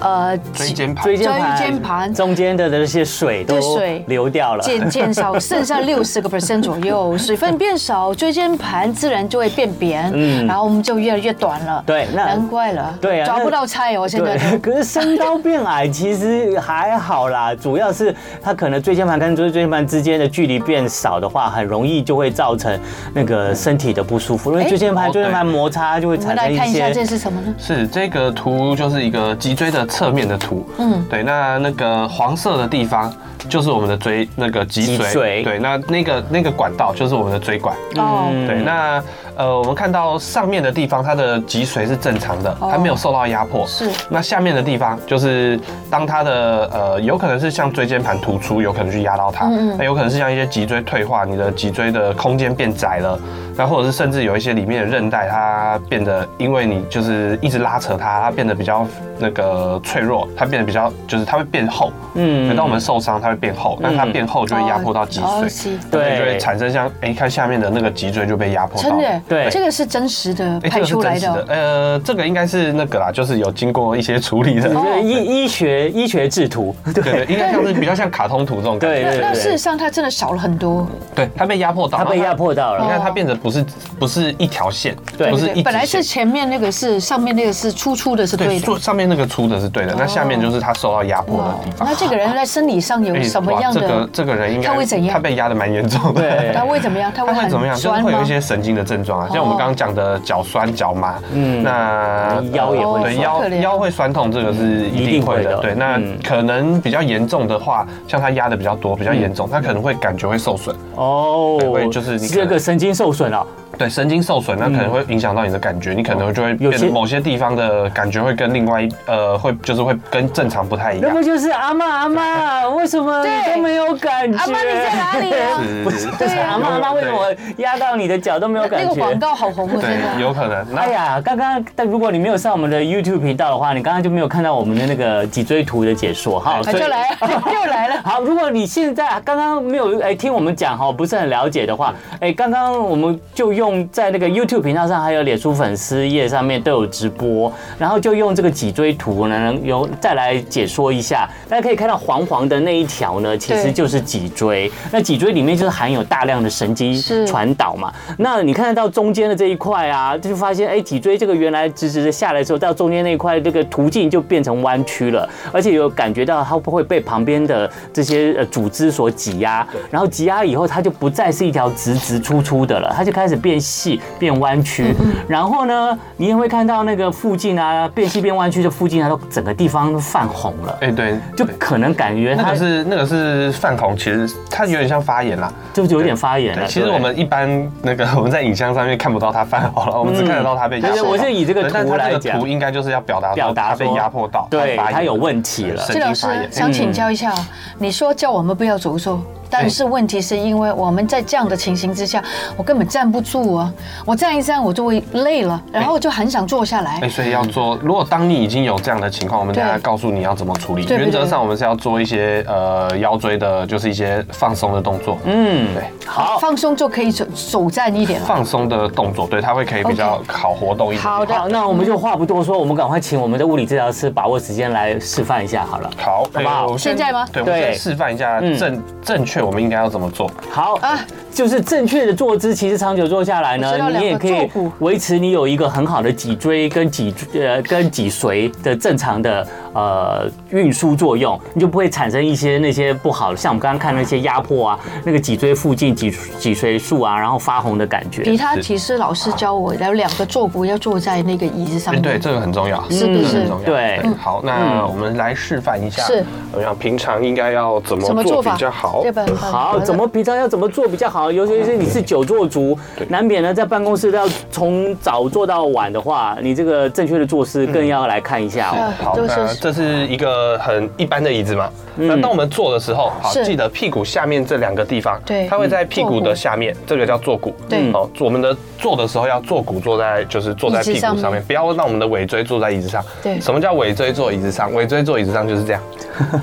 [SPEAKER 1] 呃
[SPEAKER 3] 椎间盘
[SPEAKER 2] 椎间盘、
[SPEAKER 1] 椎间盘
[SPEAKER 2] 中间的这些水都
[SPEAKER 1] 对水
[SPEAKER 2] 流掉了。
[SPEAKER 1] 减减少，剩下六十个 percent 左右，水分变少，椎间盘自然就会变扁，
[SPEAKER 2] 嗯
[SPEAKER 1] 然后我们就越来越短了。
[SPEAKER 2] 对那
[SPEAKER 1] 难怪了，
[SPEAKER 2] 对啊
[SPEAKER 1] 抓不
[SPEAKER 2] 那
[SPEAKER 1] 到菜哦，现在都。
[SPEAKER 2] 对，可是身高变矮啊其实还好啦，主要是它可能椎间盘跟椎间盘之间的距离变少的话，很容易就会造成那个身体的不舒服，因为
[SPEAKER 1] 哎
[SPEAKER 2] 椎间盘
[SPEAKER 3] 哦
[SPEAKER 2] 椎间盘摩擦就会
[SPEAKER 1] 我们
[SPEAKER 2] 产
[SPEAKER 1] 来
[SPEAKER 2] 生
[SPEAKER 1] 看
[SPEAKER 2] 一
[SPEAKER 1] 一下这
[SPEAKER 2] 些。
[SPEAKER 1] 是什么呢？
[SPEAKER 3] 是这个图就是一个脊椎的侧面的图，
[SPEAKER 1] 嗯
[SPEAKER 3] 嗯，对，那那个黄色的地方就是我们的椎那个脊
[SPEAKER 2] 脊
[SPEAKER 3] 髓，
[SPEAKER 2] 髓
[SPEAKER 3] 对，那那个那个管道就是我们的椎管，
[SPEAKER 2] 嗯
[SPEAKER 1] 哦，
[SPEAKER 3] 对，那呃我们看到上面的地方它的脊髓是正常的，它没有受到压迫，
[SPEAKER 1] 哦是
[SPEAKER 3] 那下面的地方就是当它的呃，有可能是像椎间盘突出，有可能去压到它，
[SPEAKER 1] 嗯嗯
[SPEAKER 3] 那有可能是像一些脊椎退化，你的脊椎的空间变窄了，那或者是甚至有一些里面的韧带它变得，因为你就是一直拉扯它，它变得比较那个脆弱，它变得比较就是它会变厚，
[SPEAKER 2] 嗯
[SPEAKER 3] 嗯，当我们受伤它会变厚，那它变厚就会压迫到脊
[SPEAKER 1] 哦哦
[SPEAKER 3] 髓，
[SPEAKER 1] 是
[SPEAKER 3] 那就
[SPEAKER 2] 对
[SPEAKER 3] 会产生像哎、看下面的那个脊椎就被压迫到
[SPEAKER 1] 真
[SPEAKER 3] 了，
[SPEAKER 1] 的，
[SPEAKER 2] 对
[SPEAKER 1] 这个是真实的拍
[SPEAKER 3] 哎、这个是
[SPEAKER 1] 出来
[SPEAKER 3] 真实
[SPEAKER 1] 的
[SPEAKER 3] 的
[SPEAKER 1] 哦，，
[SPEAKER 3] 呃，这个应该是那个啦，就是有经过一些处理
[SPEAKER 1] 哦
[SPEAKER 3] 的。
[SPEAKER 2] 就是医医学医学制图，
[SPEAKER 3] 对，应该像是比较像卡通图这种感
[SPEAKER 2] 对
[SPEAKER 3] 觉。
[SPEAKER 1] 那
[SPEAKER 2] 对
[SPEAKER 1] 那
[SPEAKER 2] 对
[SPEAKER 1] 事实
[SPEAKER 2] 对，
[SPEAKER 1] 上它真的少了很多，
[SPEAKER 3] 对，它被压迫到，
[SPEAKER 2] 它被压。迫到
[SPEAKER 3] 你
[SPEAKER 2] 了，
[SPEAKER 3] 看，它变得不是不是一条线，
[SPEAKER 2] 对
[SPEAKER 3] 不是
[SPEAKER 1] 对
[SPEAKER 3] 一直线
[SPEAKER 1] 本来是前面那个是上面那个是粗粗的，是
[SPEAKER 3] 对
[SPEAKER 1] 对的哦
[SPEAKER 3] 做。上面那个粗的是对的，那下面就是它受到压迫的地方。
[SPEAKER 1] 那这个人在生理上有
[SPEAKER 3] 哎
[SPEAKER 1] 嗯什么
[SPEAKER 3] 哇
[SPEAKER 1] 样
[SPEAKER 3] 这个
[SPEAKER 1] 的？
[SPEAKER 3] 这个人应该
[SPEAKER 1] 他会怎样
[SPEAKER 3] 他被压得蛮严重的。
[SPEAKER 2] 对
[SPEAKER 1] 他会怎么样？他
[SPEAKER 3] 他会怎么
[SPEAKER 1] 很
[SPEAKER 3] 样？就是
[SPEAKER 1] 酸
[SPEAKER 3] 会有
[SPEAKER 1] 吗哦
[SPEAKER 3] 一？些神经的症状啊，像我们刚刚讲的脚酸、脚麻，
[SPEAKER 2] 嗯
[SPEAKER 3] 嗯，那
[SPEAKER 2] 腰也会
[SPEAKER 3] 对
[SPEAKER 1] 酸好可
[SPEAKER 3] 腰
[SPEAKER 1] 怜哦
[SPEAKER 3] 腰会酸痛，这个是
[SPEAKER 2] 嗯
[SPEAKER 3] 一定会
[SPEAKER 2] 一定会的
[SPEAKER 3] 的。对，那
[SPEAKER 2] 嗯
[SPEAKER 3] 可能比较严重的话，像他压的比较多，比较严重，他可能会感觉会受损，
[SPEAKER 2] 哦
[SPEAKER 3] 对会就是你可能
[SPEAKER 2] 这个神经受损了，啊
[SPEAKER 3] 对神经受损，那可能会影响到你的感觉，你可能就会
[SPEAKER 2] 嗯有
[SPEAKER 3] 变
[SPEAKER 2] 些
[SPEAKER 3] 得某些地方的感觉会跟另外一呃会就是会跟正常不太一
[SPEAKER 2] 那
[SPEAKER 3] 样
[SPEAKER 2] 不。就是阿嬷阿嬷，为什么你
[SPEAKER 1] 对
[SPEAKER 2] 都没有感觉？
[SPEAKER 1] 阿嬷你在 哪里 啊
[SPEAKER 3] 是
[SPEAKER 2] 不是
[SPEAKER 3] 嗯对
[SPEAKER 2] 不是阿妈，阿妈为什么压到你的脚都没有
[SPEAKER 1] 那
[SPEAKER 2] 感
[SPEAKER 1] 个广
[SPEAKER 2] 觉？
[SPEAKER 1] 告好红啊！现
[SPEAKER 3] 对，
[SPEAKER 1] 在
[SPEAKER 3] 有可能。
[SPEAKER 2] 哎
[SPEAKER 3] 那
[SPEAKER 2] 呀，刚刚但如果你没有上我们的 YouTube 频道的话，你刚刚就没有看到我们的那个脊椎图的解说哈。
[SPEAKER 1] 啊
[SPEAKER 2] 所以
[SPEAKER 1] 就来 了又来了。
[SPEAKER 2] 好，如果你现在刚刚没有哎听我们讲哈，不是很了解的话，哎，刚刚我们就用在那个 YouTube 频道上，还有脸书粉丝页上面都有直播，然后就用这个脊椎图呢，有再来解说一下。大家可以看到黄黄的那一条呢，其实
[SPEAKER 1] 对
[SPEAKER 2] 就是脊椎。那脊椎里面就是含有大量的神经
[SPEAKER 1] 是
[SPEAKER 2] 传导嘛。那你看得到中间的这一块啊，就发现哎，脊椎这个原来直直的下来的时候，到中间那一块这个途径就变成弯曲了，而且有感觉到它会被旁边的这些呃组织所挤压，然后挤压以后它就不再是一条直直出出的了，它就开始变细变弯曲。
[SPEAKER 3] 嗯
[SPEAKER 2] 然后呢，你也会看到那个附近啊变细变弯曲的附近啊，都整个地方都泛红了。
[SPEAKER 3] 哎对，
[SPEAKER 2] 就可能感觉
[SPEAKER 3] 那
[SPEAKER 2] 它
[SPEAKER 3] 个是那个是泛红，其实它有点像发炎啦。
[SPEAKER 2] 就是有点发炎
[SPEAKER 3] 对
[SPEAKER 2] 了。
[SPEAKER 3] 其实
[SPEAKER 2] 哎对
[SPEAKER 3] 我们一般那个 我们在影像上面看不到它泛红了，我们只看得到它被压迫
[SPEAKER 2] 对
[SPEAKER 3] 到。
[SPEAKER 2] 对嗯我是以这个
[SPEAKER 3] 对但
[SPEAKER 2] 图
[SPEAKER 3] 它
[SPEAKER 2] 来
[SPEAKER 3] 个
[SPEAKER 2] 讲
[SPEAKER 3] 图应该就是要表达
[SPEAKER 2] 表
[SPEAKER 3] 说
[SPEAKER 2] 达
[SPEAKER 3] 它被
[SPEAKER 2] 说
[SPEAKER 3] 压迫到，
[SPEAKER 2] 对
[SPEAKER 3] 发炎
[SPEAKER 2] 它有问题了
[SPEAKER 3] 神
[SPEAKER 1] 季老
[SPEAKER 3] 经
[SPEAKER 1] 师
[SPEAKER 3] 发炎。
[SPEAKER 1] 想请教一下哦，你说叫我们不要走错，
[SPEAKER 3] 哎
[SPEAKER 1] 但是问题是因为我们在这样的情形之下，我根本站不住啊，我站一站我就会累了，然后我就很想坐下来
[SPEAKER 3] 哎、。所以要
[SPEAKER 2] 嗯
[SPEAKER 3] 做。如果当你已经有这样的情况，我们
[SPEAKER 1] 对
[SPEAKER 3] 大家告诉你要怎么处理。
[SPEAKER 1] 对对
[SPEAKER 3] 原则上，我们是要做一些呃腰椎的，就是一些放松的动作。
[SPEAKER 2] 嗯，
[SPEAKER 3] 对，
[SPEAKER 2] 好，
[SPEAKER 1] 哦放松就可以走走站一点了。
[SPEAKER 3] 放松的动作，对，它会可以比较好活动一点。
[SPEAKER 1] 好的
[SPEAKER 2] 好，那我们就话不多说，我们赶快请我们的物理治疗师把握时间来示范一下好了。
[SPEAKER 3] 好，
[SPEAKER 2] 好不好
[SPEAKER 3] 哎我
[SPEAKER 1] 现
[SPEAKER 3] 先
[SPEAKER 1] 在吗
[SPEAKER 3] 对，我们
[SPEAKER 2] 对
[SPEAKER 3] 先示范一下
[SPEAKER 2] 嗯
[SPEAKER 3] 正正确我们应该要怎么做。
[SPEAKER 2] 好啊
[SPEAKER 1] 啊，
[SPEAKER 2] 就是正确的坐姿，其实长久坐下来
[SPEAKER 1] 我知道
[SPEAKER 2] 呢，你也
[SPEAKER 1] 两
[SPEAKER 2] 可
[SPEAKER 1] 个
[SPEAKER 2] 以
[SPEAKER 1] 坐骨
[SPEAKER 2] 维持你有一个很好的脊椎跟脊呃跟脊髓的正常的呃运输作用，你就不会产生一些那些不好的，像我们刚刚看那些压迫啊，那个脊椎附近脊脊髓束啊，然后发红的感觉。
[SPEAKER 1] 吉他其实老师教我，然后两个坐骨要坐在那个椅子上
[SPEAKER 3] 哎
[SPEAKER 1] 面。
[SPEAKER 3] 对，这个很重要，
[SPEAKER 1] 是不
[SPEAKER 3] 这个
[SPEAKER 1] 是
[SPEAKER 3] 很重要。
[SPEAKER 2] 对
[SPEAKER 3] 好，那我们来示范一下，
[SPEAKER 1] 是
[SPEAKER 3] 我想平常应该要怎
[SPEAKER 1] 什么
[SPEAKER 3] 么
[SPEAKER 1] 做
[SPEAKER 3] 做比
[SPEAKER 1] 法
[SPEAKER 3] 较好
[SPEAKER 1] 对？吧？
[SPEAKER 2] 好，怎么平常要怎么做比较好？尤其是你是久坐族，难免呢在办公室都要从早做到晚的话，你这个正确的坐姿更要来看一下哦。
[SPEAKER 1] 啊
[SPEAKER 3] 好，
[SPEAKER 1] 就是
[SPEAKER 3] 那这是一个很一般的椅子嘛。那当我们坐的时候，好，
[SPEAKER 1] 是
[SPEAKER 3] 记得屁股下面这两个地方，
[SPEAKER 1] 对
[SPEAKER 3] 它会在屁股
[SPEAKER 1] 坐骨
[SPEAKER 3] 的下面，这个叫坐骨。
[SPEAKER 1] 对
[SPEAKER 3] 哦，坐我们的坐的时候要坐骨坐在就是坐在
[SPEAKER 1] 椅子
[SPEAKER 3] 屁股
[SPEAKER 1] 上
[SPEAKER 3] 上
[SPEAKER 1] 面
[SPEAKER 3] 面，不要让我们的尾椎坐在椅子上。
[SPEAKER 1] 对
[SPEAKER 3] 什么叫尾椎坐椅子上？尾椎坐椅子上就 是这样，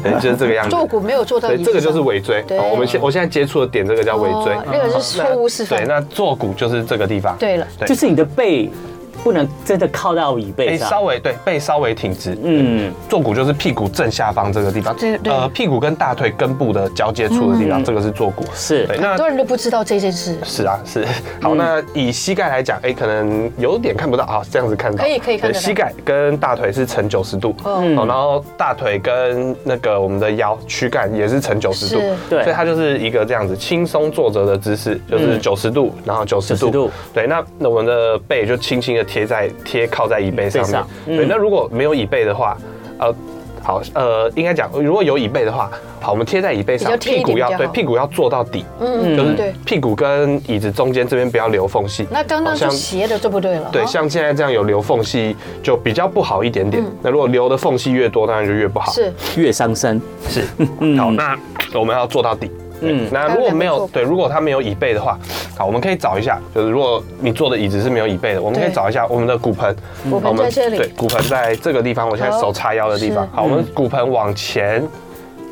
[SPEAKER 3] 对，就是这个样子。
[SPEAKER 1] 坐骨没有坐到
[SPEAKER 3] 对，
[SPEAKER 1] 椅子
[SPEAKER 3] 这个就是
[SPEAKER 1] 上
[SPEAKER 3] 尾椎。
[SPEAKER 1] 对
[SPEAKER 3] 哦我们现我现在接触的点，这个叫尾椎
[SPEAKER 1] 哦。那个是错误示范
[SPEAKER 3] 对，那坐骨就是这个地方。
[SPEAKER 1] 对了
[SPEAKER 3] 对，
[SPEAKER 2] 就是你的背不能真的靠到椅背
[SPEAKER 3] 哎，
[SPEAKER 2] 上。
[SPEAKER 3] 稍微对背稍微挺直，
[SPEAKER 2] 啊嗯，
[SPEAKER 3] 坐骨就是屁股正下方这个地方
[SPEAKER 1] 对，对
[SPEAKER 3] 呃，屁股跟大腿根部的交接处的地方，
[SPEAKER 2] 嗯
[SPEAKER 3] 这个是坐骨。
[SPEAKER 2] 是
[SPEAKER 3] 对，那
[SPEAKER 1] 很多人都不知道这件事。
[SPEAKER 3] 是啊，是好。
[SPEAKER 1] 嗯
[SPEAKER 3] 那以膝盖来讲，哎，可能有点看不到啊，这样子看到，
[SPEAKER 1] 可以可以看得
[SPEAKER 3] 对
[SPEAKER 1] 到
[SPEAKER 3] 膝盖跟大腿是呈九十度，
[SPEAKER 1] 嗯
[SPEAKER 3] 哦，然后大腿跟那个我们的腰躯干也是呈九十度
[SPEAKER 1] 是，
[SPEAKER 2] 对
[SPEAKER 3] 所以它就是一个这样子轻松坐着的姿势，就是
[SPEAKER 2] 嗯
[SPEAKER 3] 九十度，然后九十
[SPEAKER 2] 90度
[SPEAKER 3] 度，对，那那我们的背就轻轻的贴在贴靠在椅背上
[SPEAKER 2] 背上
[SPEAKER 3] 面，对，
[SPEAKER 2] 嗯
[SPEAKER 3] 那如果没有椅背的话，呃。好，呃，应该讲，如果有椅背的话，好，我们贴在椅背
[SPEAKER 1] 比较
[SPEAKER 3] 上，
[SPEAKER 1] 贴一
[SPEAKER 3] 屁股
[SPEAKER 1] 点比
[SPEAKER 3] 要
[SPEAKER 1] 较
[SPEAKER 3] 对
[SPEAKER 1] 好
[SPEAKER 3] 屁股要坐到底，
[SPEAKER 1] 嗯，
[SPEAKER 3] 就是
[SPEAKER 1] 嗯，对。
[SPEAKER 3] 屁股跟椅子中间这边不要留缝隙。
[SPEAKER 1] 那刚刚
[SPEAKER 3] 好
[SPEAKER 1] 就
[SPEAKER 3] 像
[SPEAKER 1] 斜的就不对了。哦
[SPEAKER 3] 对，
[SPEAKER 1] 啊哈
[SPEAKER 3] 像现在这样有留缝隙就比较不好一点点。那如果留的缝隙越多，当然就越不好。
[SPEAKER 1] 嗯是
[SPEAKER 2] 越伤身。
[SPEAKER 3] 是，好，那我们要做到底。嗯
[SPEAKER 2] 嗯，
[SPEAKER 3] 那如果没
[SPEAKER 1] 还有两个坐
[SPEAKER 3] 有
[SPEAKER 1] 骨
[SPEAKER 3] 对，如果它没有椅背的话，好，我们可以找一下，就是如果你坐的椅子是没有椅背的，我们可以
[SPEAKER 1] 对
[SPEAKER 3] 找一下我们的骨盆，
[SPEAKER 1] 骨盆
[SPEAKER 3] 好我们
[SPEAKER 1] 在这里
[SPEAKER 3] 对，骨盆在这个地方，我现在
[SPEAKER 1] 好嗯
[SPEAKER 3] 手叉腰的地方
[SPEAKER 1] 是，
[SPEAKER 3] 好，我们骨盆往前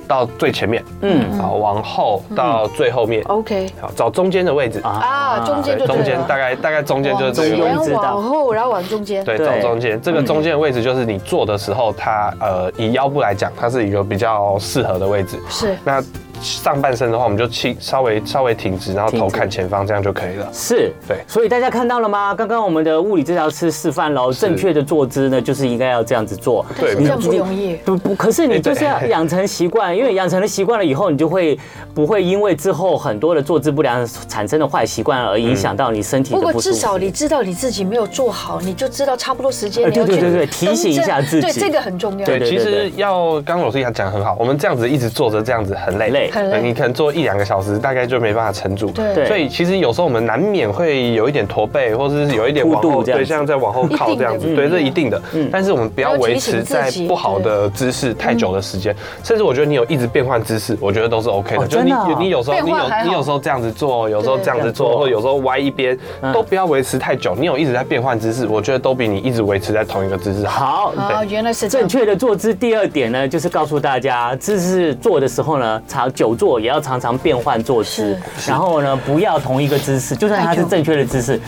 [SPEAKER 3] 到最前面，
[SPEAKER 2] 嗯
[SPEAKER 3] 好，往后
[SPEAKER 1] 嗯
[SPEAKER 3] 到最后面，
[SPEAKER 1] OK
[SPEAKER 3] 好，找中间的位置
[SPEAKER 1] 啊，哦中间就
[SPEAKER 3] 对，中
[SPEAKER 1] 对
[SPEAKER 3] 间大
[SPEAKER 1] 了。
[SPEAKER 3] 概大概中间就
[SPEAKER 1] 往
[SPEAKER 3] 是这个
[SPEAKER 2] 中
[SPEAKER 3] 位
[SPEAKER 2] 间
[SPEAKER 1] 前
[SPEAKER 3] 置。
[SPEAKER 2] 知道
[SPEAKER 1] 往后，然后往中间。嗯
[SPEAKER 3] 对，
[SPEAKER 2] 对
[SPEAKER 3] 走中间，这个中间的位置就是你坐的时候，它呃以腰部来讲，它是一个比较适合的位置。
[SPEAKER 1] 是
[SPEAKER 3] 那上半身的话，我们就轻稍微稍微挺直，然后
[SPEAKER 2] 挺
[SPEAKER 3] 头
[SPEAKER 2] 直
[SPEAKER 3] 看前方，这样就可以了。
[SPEAKER 2] 是，
[SPEAKER 3] 对
[SPEAKER 2] 所以大家看到了吗？刚刚我们的物理治疗师示范喽，正确的坐姿呢，就是应该要这样子坐。
[SPEAKER 1] 但是
[SPEAKER 3] 对
[SPEAKER 1] 这样不容易。
[SPEAKER 2] 不不，可是你
[SPEAKER 3] 哎对
[SPEAKER 2] 就是要养成习惯，因为养成了习惯了以后，你就会不会因为之后很多的坐姿不良产生的坏习惯而影响到你身体
[SPEAKER 1] 不
[SPEAKER 2] 的
[SPEAKER 1] 过
[SPEAKER 2] 不
[SPEAKER 1] 至
[SPEAKER 2] 舒服。
[SPEAKER 1] 少你知道你自己没有做好，你就知道差不多时间
[SPEAKER 2] 呃
[SPEAKER 1] 你要去
[SPEAKER 2] 对对对对
[SPEAKER 1] 更
[SPEAKER 2] 提醒一下
[SPEAKER 1] 正
[SPEAKER 2] 自己
[SPEAKER 1] 对，这个很重要。
[SPEAKER 3] 对，
[SPEAKER 2] 对
[SPEAKER 3] 其
[SPEAKER 2] 对
[SPEAKER 3] 实要刚刚老师也讲得很好，我们这样子一直坐着，这样子很累，
[SPEAKER 2] 累
[SPEAKER 1] 很累
[SPEAKER 3] 对你可能坐一两个小时，大概就没办法撑住。
[SPEAKER 1] 对
[SPEAKER 2] 对
[SPEAKER 3] 所以其实有时候我们难免会有一点驼背，或者是有 一点往
[SPEAKER 2] 凸
[SPEAKER 3] 后，
[SPEAKER 2] 肚这样
[SPEAKER 3] 对，
[SPEAKER 2] 子
[SPEAKER 3] 像在往后靠这样
[SPEAKER 1] 一定的
[SPEAKER 3] 子，对，
[SPEAKER 1] 嗯
[SPEAKER 3] 这一定的。但是我们不要维持在不好的姿势太久的时
[SPEAKER 1] 嗯
[SPEAKER 3] 间，甚至我觉得你有一直变换姿势，我觉得都是 OK 的。
[SPEAKER 2] 哦
[SPEAKER 3] 就
[SPEAKER 2] 真
[SPEAKER 3] 你
[SPEAKER 2] 的哦
[SPEAKER 3] 你有时候
[SPEAKER 1] 变
[SPEAKER 3] 你
[SPEAKER 1] 换还好
[SPEAKER 3] 有你有时候这样子做，有时候
[SPEAKER 1] 对
[SPEAKER 3] 这样子
[SPEAKER 2] 这样做
[SPEAKER 3] 做，或者有时候歪一边，都不要维持太久。你有一直在变换姿势，我觉得都比你一直维持在同一个姿势好。
[SPEAKER 2] 好，
[SPEAKER 1] 啊，原来是这
[SPEAKER 2] 正
[SPEAKER 1] 样。
[SPEAKER 2] 确的坐姿第二点呢，就是告诉大家，姿势坐的时候呢，常久坐也要常常变换坐姿，然后呢，不要同一个姿势，就算它是正确的姿势，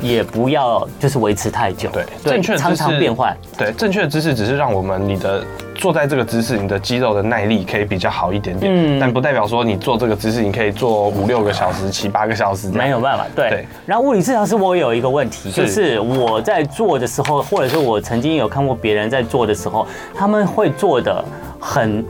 [SPEAKER 2] 也不要就是维持太久，
[SPEAKER 3] 对，正确的
[SPEAKER 2] 常
[SPEAKER 3] 姿势
[SPEAKER 2] 常变换。。
[SPEAKER 3] 对，正确的姿势只是让我们你的坐在这个姿势，你的肌肉的耐力可以比较好一点点。
[SPEAKER 2] 嗯
[SPEAKER 3] 但不代表说你做这个姿势，你可以做五六个小时、七八个小时这样。
[SPEAKER 2] 没有办法，对。
[SPEAKER 3] 对
[SPEAKER 2] 然后物理治疗师，我有一个问题，
[SPEAKER 3] 是
[SPEAKER 2] 就是我在做的时候，或者是我曾经有看过别人在做的时候，他们会做的很，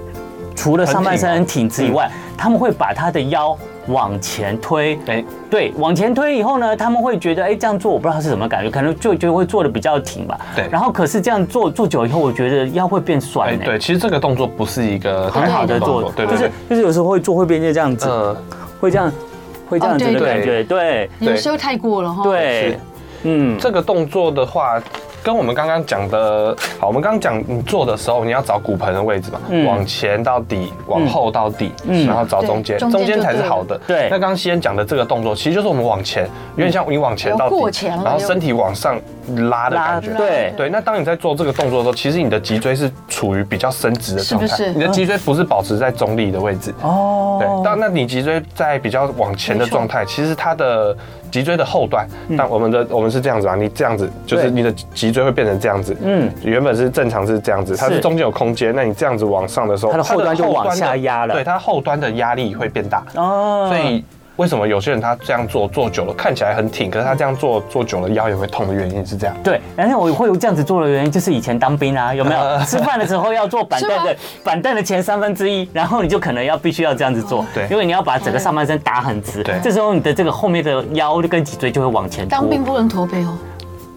[SPEAKER 2] 除了上半身很
[SPEAKER 3] 很啊嗯
[SPEAKER 2] 挺直以外，他们会把他的腰往前推，
[SPEAKER 3] 哎
[SPEAKER 2] 对，往前推以后呢，他们会觉得，哎，这样做我不知道是什么感觉，可能就就会做的比较挺吧。
[SPEAKER 3] 对
[SPEAKER 2] 然后可是这样做做久以后，我觉得腰会变酸
[SPEAKER 3] 哎，
[SPEAKER 2] 呢、
[SPEAKER 3] 对，其实这个动作不是一个
[SPEAKER 2] 很好的
[SPEAKER 3] 动
[SPEAKER 2] 做
[SPEAKER 3] 作，，对对
[SPEAKER 2] 就是
[SPEAKER 3] 对，
[SPEAKER 2] 就是有时候会做会变成这样子，
[SPEAKER 3] 嗯，
[SPEAKER 2] 会这样，会这样子
[SPEAKER 1] 哦对
[SPEAKER 2] 的感觉，对
[SPEAKER 1] 有时候太过了哈。，
[SPEAKER 2] 对
[SPEAKER 3] 是，
[SPEAKER 2] 嗯，
[SPEAKER 3] 这个动作的话，跟我们刚刚讲的，好，我们刚刚讲你做的时候，你要找骨盆的位置嘛，
[SPEAKER 2] 嗯
[SPEAKER 3] 往前到底，往后到底，然后找中
[SPEAKER 1] 嗯
[SPEAKER 3] 间，
[SPEAKER 1] 对中间
[SPEAKER 3] 中间才是好的。
[SPEAKER 2] 对了对
[SPEAKER 3] 那刚刚西恩讲的这个动作，其实就是我们往前，有点像你往前到
[SPEAKER 1] 有嗯过
[SPEAKER 3] 底，
[SPEAKER 1] 前了
[SPEAKER 3] 然后身体往上拉的感觉。
[SPEAKER 2] 对
[SPEAKER 3] 对，那当你在做这个动作的时候，其实你的脊椎是处于比较伸直的状态，
[SPEAKER 1] 是不是嗯
[SPEAKER 3] 你的脊椎不是保持在中立的位置。
[SPEAKER 2] 哦，
[SPEAKER 3] 对，但那你脊椎在比较往前的状态，其实它的脊椎的后段，但我们的我们是这样子啊，你这样子就是
[SPEAKER 2] 对
[SPEAKER 3] 你的脊椎会变成这样子，
[SPEAKER 2] 嗯
[SPEAKER 3] 嗯，原本是正常是这样子，它
[SPEAKER 2] 是
[SPEAKER 3] 是中间有空间，那你这样子往上的时候，
[SPEAKER 2] 它的后端就往下压了
[SPEAKER 3] 对，它后端的压力会变大，
[SPEAKER 2] 哦
[SPEAKER 3] 所以为什么有些人他这样做做久了看起来很挺，可是他这样做做久了腰也会痛的原因是这样。
[SPEAKER 2] 对，然后我会有这样子做的原因，就是以前当兵啊，有没
[SPEAKER 3] 呃
[SPEAKER 2] 有？吃饭的时候要做板凳的
[SPEAKER 1] 是，
[SPEAKER 2] 板凳的前三分之一，然后你就可能要必须要这样子做，
[SPEAKER 3] 对
[SPEAKER 2] 因为你要把整个上半身打很直，
[SPEAKER 3] 对
[SPEAKER 2] 这时候你的这个后面的腰跟脊椎就会往前凸，
[SPEAKER 1] 当兵不能驼背哦，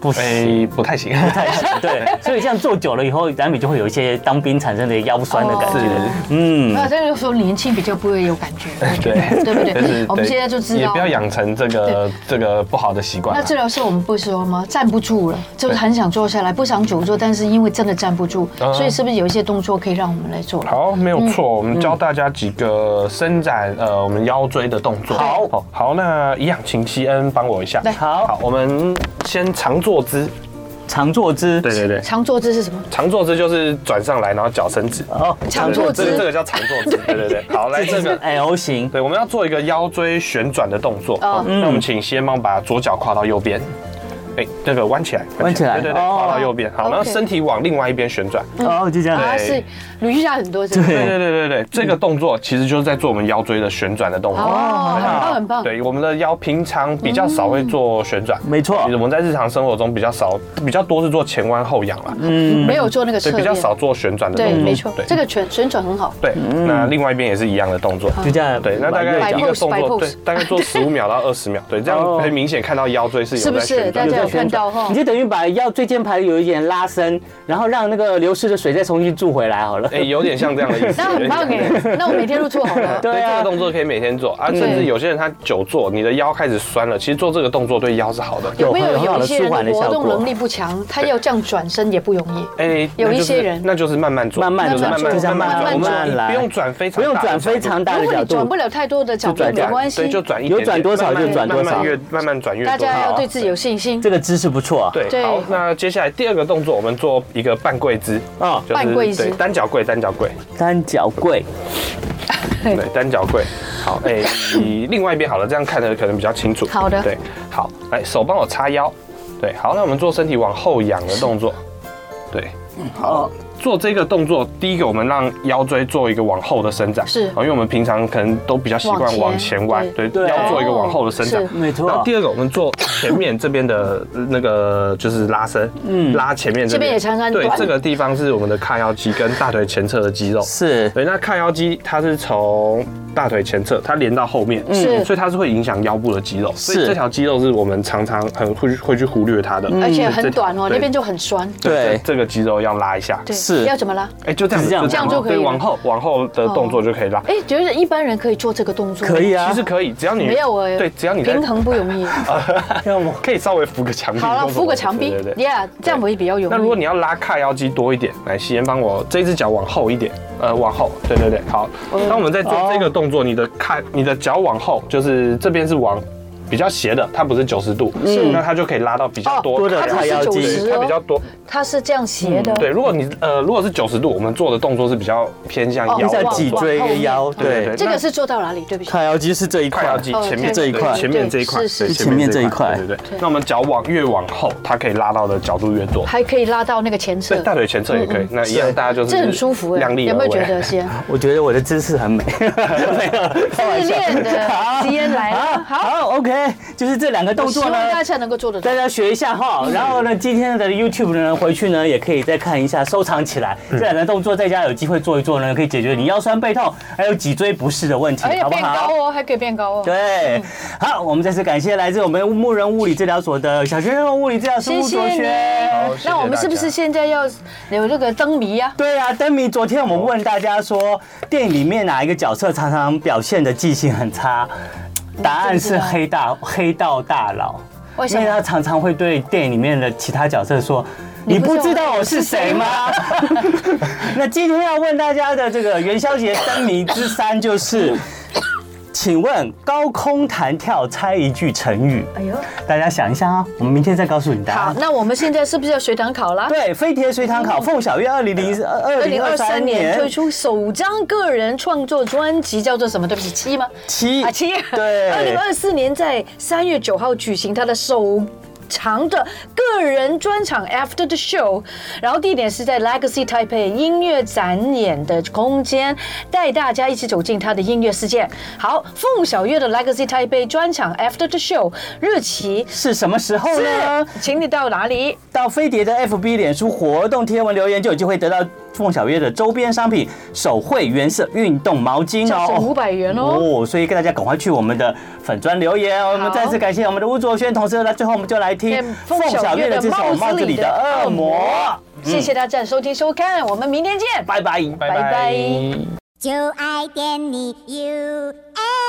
[SPEAKER 2] 不行。
[SPEAKER 3] 哎，不太行。
[SPEAKER 2] 太行对，所以这样做久了以后，难免就会有一些当兵产生的腰酸的感觉。
[SPEAKER 3] 是
[SPEAKER 2] 嗯，
[SPEAKER 1] 那啊这个时候年轻比较不会有感觉，
[SPEAKER 3] 对
[SPEAKER 1] 对不
[SPEAKER 3] 但是
[SPEAKER 1] 对？我们现在就知
[SPEAKER 3] 也
[SPEAKER 1] 道
[SPEAKER 3] 不。要啊养成这个这个不好的习惯
[SPEAKER 1] 那
[SPEAKER 3] 啊。
[SPEAKER 1] 治疗师我们不说吗？站不住了，就是
[SPEAKER 3] 对
[SPEAKER 1] 很想坐下来，不想久坐，但是因为真的站不住，
[SPEAKER 3] 嗯
[SPEAKER 1] 所以是不是有一些动作可以让我们来做？
[SPEAKER 3] 好，没有错，我们教大家几个伸展呃我们腰椎的动作。
[SPEAKER 2] 好
[SPEAKER 3] 哦好，那一样，请西恩帮我一下
[SPEAKER 1] 对。
[SPEAKER 2] 好，
[SPEAKER 3] 好，我们先长坐姿。
[SPEAKER 2] 长坐姿。
[SPEAKER 3] 对对对，
[SPEAKER 1] 常坐姿是什么？
[SPEAKER 3] 长坐姿就是转上来，然后脚伸直。
[SPEAKER 2] 哦，
[SPEAKER 1] 常坐姿
[SPEAKER 3] 对对对这个这个叫长坐姿。对对对，好，来这
[SPEAKER 2] 这是
[SPEAKER 3] 个。
[SPEAKER 2] L 哎型。
[SPEAKER 3] 对，我们要做一个腰椎旋转的动作。
[SPEAKER 1] 哦
[SPEAKER 3] 哦那我们请先帮把左脚跨到右边，哎，那个弯起来，
[SPEAKER 2] 弯起来
[SPEAKER 3] 对对对，
[SPEAKER 2] 哦
[SPEAKER 3] 跨到右边。好，然后
[SPEAKER 1] OK
[SPEAKER 3] 身体往另外一边旋转。
[SPEAKER 2] 哦，就这样。
[SPEAKER 1] 啊，是捋一下很多是
[SPEAKER 2] 对
[SPEAKER 1] 吧？
[SPEAKER 3] 对对对对对，这个动作其实就是在做我们腰椎的旋转的动作。
[SPEAKER 1] 哦，很棒很棒。
[SPEAKER 3] 对，我们的腰平常比较少会做旋转，
[SPEAKER 1] 嗯
[SPEAKER 2] 没错
[SPEAKER 3] 我们在日常生活中比较少，比较多是做前弯后仰啦，
[SPEAKER 1] 没有做那个嗯侧
[SPEAKER 3] 所
[SPEAKER 1] 面，
[SPEAKER 3] 以比较少做旋转的
[SPEAKER 1] 对，
[SPEAKER 3] 动作。
[SPEAKER 1] 没错，这
[SPEAKER 3] 对
[SPEAKER 1] 个嗯旋旋转很好。
[SPEAKER 3] 对，那另外一边也是一样的动作。
[SPEAKER 2] 就这样。
[SPEAKER 3] 对，那大概
[SPEAKER 1] 摆
[SPEAKER 3] 一个
[SPEAKER 1] pose，
[SPEAKER 3] 动
[SPEAKER 1] 摆
[SPEAKER 3] 作，
[SPEAKER 1] pose
[SPEAKER 3] 对，大概做十五秒到二十秒，对，这
[SPEAKER 2] 哦
[SPEAKER 3] 样很明显看到腰椎是
[SPEAKER 1] 是
[SPEAKER 3] 有
[SPEAKER 1] 不
[SPEAKER 3] 在
[SPEAKER 1] 是
[SPEAKER 3] 旋转
[SPEAKER 1] 大家有
[SPEAKER 3] 的动作
[SPEAKER 1] 看。到哈
[SPEAKER 2] 你？就等于把腰椎间盘有一点拉伸，然后让那个流失的水再重新注回来好了。
[SPEAKER 3] 哎，有点像这样的意思。
[SPEAKER 1] 那
[SPEAKER 3] 有
[SPEAKER 1] 很
[SPEAKER 3] 点
[SPEAKER 1] 棒
[SPEAKER 3] 像这样
[SPEAKER 1] 哎，那我每天都做好了。
[SPEAKER 2] 对
[SPEAKER 3] 对这
[SPEAKER 2] 啊
[SPEAKER 3] 个，动作可以每天做啊，甚至有些人他久坐，你的腰开始酸了，其实做这个动作对腰是好的。
[SPEAKER 1] 有没有
[SPEAKER 2] 有很好
[SPEAKER 1] 有
[SPEAKER 2] 的
[SPEAKER 1] 一些人
[SPEAKER 2] 舒缓的
[SPEAKER 1] 的活
[SPEAKER 2] 效
[SPEAKER 1] 动
[SPEAKER 2] 果
[SPEAKER 1] 能力不强，他要这样转身也不容易。
[SPEAKER 3] 哎，
[SPEAKER 1] 有
[SPEAKER 3] 那
[SPEAKER 1] 一
[SPEAKER 3] 就是
[SPEAKER 1] 些人
[SPEAKER 3] 那就是慢慢做，
[SPEAKER 2] 慢慢
[SPEAKER 1] 做
[SPEAKER 3] 慢
[SPEAKER 1] 就
[SPEAKER 3] 慢
[SPEAKER 1] 是
[SPEAKER 3] 慢慢
[SPEAKER 1] 慢慢
[SPEAKER 3] 转，我
[SPEAKER 2] 慢
[SPEAKER 3] 们
[SPEAKER 2] 来
[SPEAKER 3] 不用转非常
[SPEAKER 2] 不
[SPEAKER 3] 大
[SPEAKER 2] 用
[SPEAKER 3] 的角度，
[SPEAKER 2] 转非常大
[SPEAKER 1] 如
[SPEAKER 2] 的
[SPEAKER 1] 果
[SPEAKER 2] 角
[SPEAKER 1] 你转
[SPEAKER 2] 度
[SPEAKER 1] 不。了太多的角度
[SPEAKER 2] 就转
[SPEAKER 1] 没
[SPEAKER 2] 这样
[SPEAKER 1] 关
[SPEAKER 3] 对，
[SPEAKER 1] 系，
[SPEAKER 3] 就转一
[SPEAKER 2] 有
[SPEAKER 3] 点
[SPEAKER 2] 转
[SPEAKER 3] 点，
[SPEAKER 2] 多少
[SPEAKER 3] 慢慢
[SPEAKER 2] 就转多少
[SPEAKER 3] 慢慢越慢慢转越多。
[SPEAKER 1] 大家要
[SPEAKER 3] 好
[SPEAKER 1] 对自己有信心
[SPEAKER 2] 这。个姿势不错啊。
[SPEAKER 3] 对，
[SPEAKER 1] 对
[SPEAKER 3] 好，那接下来第二个动作，我们做一个半跪姿，
[SPEAKER 2] 啊，
[SPEAKER 3] 就是
[SPEAKER 1] 哦半跪姿
[SPEAKER 3] 对单脚跪，单脚跪，
[SPEAKER 2] 单脚跪。
[SPEAKER 1] 对
[SPEAKER 3] 对，单脚跪。好，哎， 你另外一边好了，这样看的可能比较清楚。
[SPEAKER 1] 好的
[SPEAKER 3] 对，好，来手帮我叉腰，对，好，那我们做身体往后仰的动作，对，
[SPEAKER 2] 好，
[SPEAKER 3] 做这个动作，第一个我们让腰椎做一个往后的伸展，
[SPEAKER 1] 是
[SPEAKER 3] 哦因为我们平常可能都比较习惯
[SPEAKER 1] 往
[SPEAKER 3] 往
[SPEAKER 1] 前
[SPEAKER 3] 前弯，对，
[SPEAKER 2] 对
[SPEAKER 3] 腰做一个往后的伸展
[SPEAKER 1] 哦。
[SPEAKER 2] 没
[SPEAKER 3] 然后
[SPEAKER 2] 错。
[SPEAKER 3] 第二个，我们做前面这边的那个就是拉伸，嗯，拉前面
[SPEAKER 1] 这边也常常
[SPEAKER 3] 对
[SPEAKER 1] 短
[SPEAKER 3] 这个地方是我们的髂腰肌跟大腿前侧的肌肉。
[SPEAKER 2] 是
[SPEAKER 3] 对，那髂腰肌它是从大腿前侧，它连到后面，
[SPEAKER 1] 是
[SPEAKER 3] 所以它是会影响腰部的肌肉，所以
[SPEAKER 2] 是
[SPEAKER 3] 这条肌肉是我们常常很会会去忽略它的，
[SPEAKER 1] 而且
[SPEAKER 3] 这
[SPEAKER 1] 很
[SPEAKER 3] 条
[SPEAKER 1] 短哦，
[SPEAKER 3] 嗯对
[SPEAKER 1] 那边就很酸。
[SPEAKER 2] 对
[SPEAKER 3] 这这个肌肉要拉一下，
[SPEAKER 1] 对，
[SPEAKER 2] 是
[SPEAKER 1] 要怎么拉？
[SPEAKER 3] 哎，就这样子，
[SPEAKER 2] 这样
[SPEAKER 3] 子
[SPEAKER 2] 这样
[SPEAKER 1] 就可以
[SPEAKER 3] 对，
[SPEAKER 1] 了
[SPEAKER 3] 往后往后的动作就可以拉。
[SPEAKER 1] 哎，觉得一般人可以做这个动作，
[SPEAKER 2] 可以。啊。
[SPEAKER 3] 其实可以，只要你
[SPEAKER 1] 没有哎，
[SPEAKER 3] 对，只要你在
[SPEAKER 1] 平，衡不容易。
[SPEAKER 2] 看我
[SPEAKER 3] 可以稍微扶个墙壁，
[SPEAKER 1] 好了，
[SPEAKER 3] 或者
[SPEAKER 1] 扶个墙壁
[SPEAKER 3] 对对对。
[SPEAKER 1] ，Yeah，这样会比较容易。
[SPEAKER 3] 那如果你要拉髂腰肌多一点，来，西恩帮我这只脚往后一点，呃，往后，对对对，好。
[SPEAKER 1] 哦
[SPEAKER 3] 当我们在做这个动作，你的髂，你的脚往后，就是这边是往比较斜的，它不是九十度，
[SPEAKER 1] 嗯
[SPEAKER 3] 那它就可以拉到比较多
[SPEAKER 2] 多的
[SPEAKER 1] 哦它
[SPEAKER 3] 髂
[SPEAKER 1] 不
[SPEAKER 2] 髂
[SPEAKER 1] 是
[SPEAKER 2] 腰
[SPEAKER 1] 九
[SPEAKER 2] 肌
[SPEAKER 1] 十
[SPEAKER 3] 对，它比较
[SPEAKER 1] 哦，
[SPEAKER 3] 多。
[SPEAKER 1] 它是这样斜的。
[SPEAKER 3] 对，如果你呃，如果是九十度，我们做的动作是比较偏向
[SPEAKER 1] 哦
[SPEAKER 3] 腰
[SPEAKER 2] 一下
[SPEAKER 1] 往
[SPEAKER 2] 脊椎
[SPEAKER 1] 往后
[SPEAKER 2] 跟腰，
[SPEAKER 1] 面
[SPEAKER 3] 对对
[SPEAKER 2] 对
[SPEAKER 3] 对，
[SPEAKER 1] 这个是做到哪里？对不起。
[SPEAKER 2] 髂腰肌是这一
[SPEAKER 3] 快
[SPEAKER 2] 块
[SPEAKER 3] 腰。肌
[SPEAKER 1] 哦
[SPEAKER 3] 前面
[SPEAKER 2] 这一块
[SPEAKER 3] 对前面这一块，
[SPEAKER 1] 是是
[SPEAKER 3] 对
[SPEAKER 2] 是前面这一块
[SPEAKER 3] 对对对
[SPEAKER 1] 对。
[SPEAKER 3] 那我们脚往越往后，它可以拉到的角度越多。
[SPEAKER 1] 还可以拉到那个前侧
[SPEAKER 3] 对，，大腿前侧也可以。那一样，大家就是
[SPEAKER 1] 这很舒服哎，
[SPEAKER 3] 量力
[SPEAKER 1] 有
[SPEAKER 3] 而
[SPEAKER 1] 没
[SPEAKER 3] 为。
[SPEAKER 1] 有觉 得先？
[SPEAKER 2] 我觉得我的姿势很美，没有，开玩
[SPEAKER 1] 自
[SPEAKER 2] 笑
[SPEAKER 1] 恋的
[SPEAKER 2] 好
[SPEAKER 1] 吉恩来了，
[SPEAKER 2] 啊好
[SPEAKER 1] 好，
[SPEAKER 2] 好，OK，就是这两个动
[SPEAKER 1] 我希
[SPEAKER 2] 作
[SPEAKER 1] 望
[SPEAKER 2] 呢，
[SPEAKER 1] 大家能够做得到
[SPEAKER 2] 大。家学一下
[SPEAKER 1] 嗯
[SPEAKER 2] 哈。然后呢，今天的 YouTube 呢，回去呢也可以再看一下，收藏起来。这两个动作在家有机会做一做呢，可以解决你腰酸背痛还有脊椎不适的问题
[SPEAKER 1] 而，且
[SPEAKER 2] 好不
[SPEAKER 1] 变
[SPEAKER 2] 好？
[SPEAKER 1] 高哦，还可以变高哦。
[SPEAKER 2] 对，好，我们再次感谢来自我们牧人物理治疗所的小学生物理治疗师
[SPEAKER 1] 谢
[SPEAKER 2] 吴
[SPEAKER 1] 谢
[SPEAKER 2] 卓
[SPEAKER 1] 你
[SPEAKER 2] 轩。
[SPEAKER 3] 好谢谢
[SPEAKER 1] 那我们是不
[SPEAKER 3] 大
[SPEAKER 1] 是
[SPEAKER 3] 家
[SPEAKER 1] 现在要有那个灯谜呀？
[SPEAKER 2] 对啊，灯谜，昨天我们问大家说，电影里面哪一个角色常常表现的记性很差？答案是黑大黑道大佬，
[SPEAKER 1] 为
[SPEAKER 2] 因
[SPEAKER 1] 什
[SPEAKER 2] 为
[SPEAKER 1] 么？
[SPEAKER 2] 他常常会对电影里面的其他角色说。你不知道我是谁吗？ 那今天要问大家的这个元宵节灯谜之 三就是，请问高空弹跳猜一句成语，
[SPEAKER 1] 哎呦，
[SPEAKER 2] 大家想一下啊，我们明天再告诉你答案
[SPEAKER 1] 好，。那我们现在是不是要随堂考啦？
[SPEAKER 2] 对，飞碟随堂考，凤小岳二零零二
[SPEAKER 1] 二
[SPEAKER 2] 零
[SPEAKER 1] 零
[SPEAKER 2] 二
[SPEAKER 1] 二
[SPEAKER 2] 三
[SPEAKER 1] 三
[SPEAKER 2] 年
[SPEAKER 1] 年推出首张个人创作专辑，叫做什么？对不起，七吗？
[SPEAKER 2] 七
[SPEAKER 1] 啊，七。
[SPEAKER 2] 对
[SPEAKER 1] 二零二四年在三月九号举行他的首长的个人专场 After the Show，然后地点是在 Legacy Taipei 音乐展演的空间，带大家一起走进他的音乐世界。好，凤小岳的 Legacy Taipei 专场 After the Show 日期
[SPEAKER 2] 是什么时候呢？
[SPEAKER 1] 是，请你到哪里？
[SPEAKER 2] 到飞碟的 FB 脸书活动贴文留言，就有机会得到凤小月的周边商品手绘原色运动毛巾
[SPEAKER 1] 价值
[SPEAKER 2] 哦，
[SPEAKER 1] 500元哦
[SPEAKER 2] 哦，所以跟大家赶快去我们的粉砖留言哦。我们再次感谢我们的吴卓轩同事，那最后我们就来听
[SPEAKER 1] 凤小岳的
[SPEAKER 2] 这首《
[SPEAKER 1] 帽
[SPEAKER 2] 帽
[SPEAKER 1] 子
[SPEAKER 2] 子
[SPEAKER 1] 里
[SPEAKER 2] 里
[SPEAKER 1] 的
[SPEAKER 2] 的
[SPEAKER 1] 恶
[SPEAKER 2] 恶
[SPEAKER 1] 魔
[SPEAKER 2] 魔》。
[SPEAKER 1] 谢谢大家收听收看，我们明天见。
[SPEAKER 2] 嗯拜拜。
[SPEAKER 1] 拜
[SPEAKER 3] 拜拜
[SPEAKER 1] 拜。
[SPEAKER 4] 就爱点你 UFO。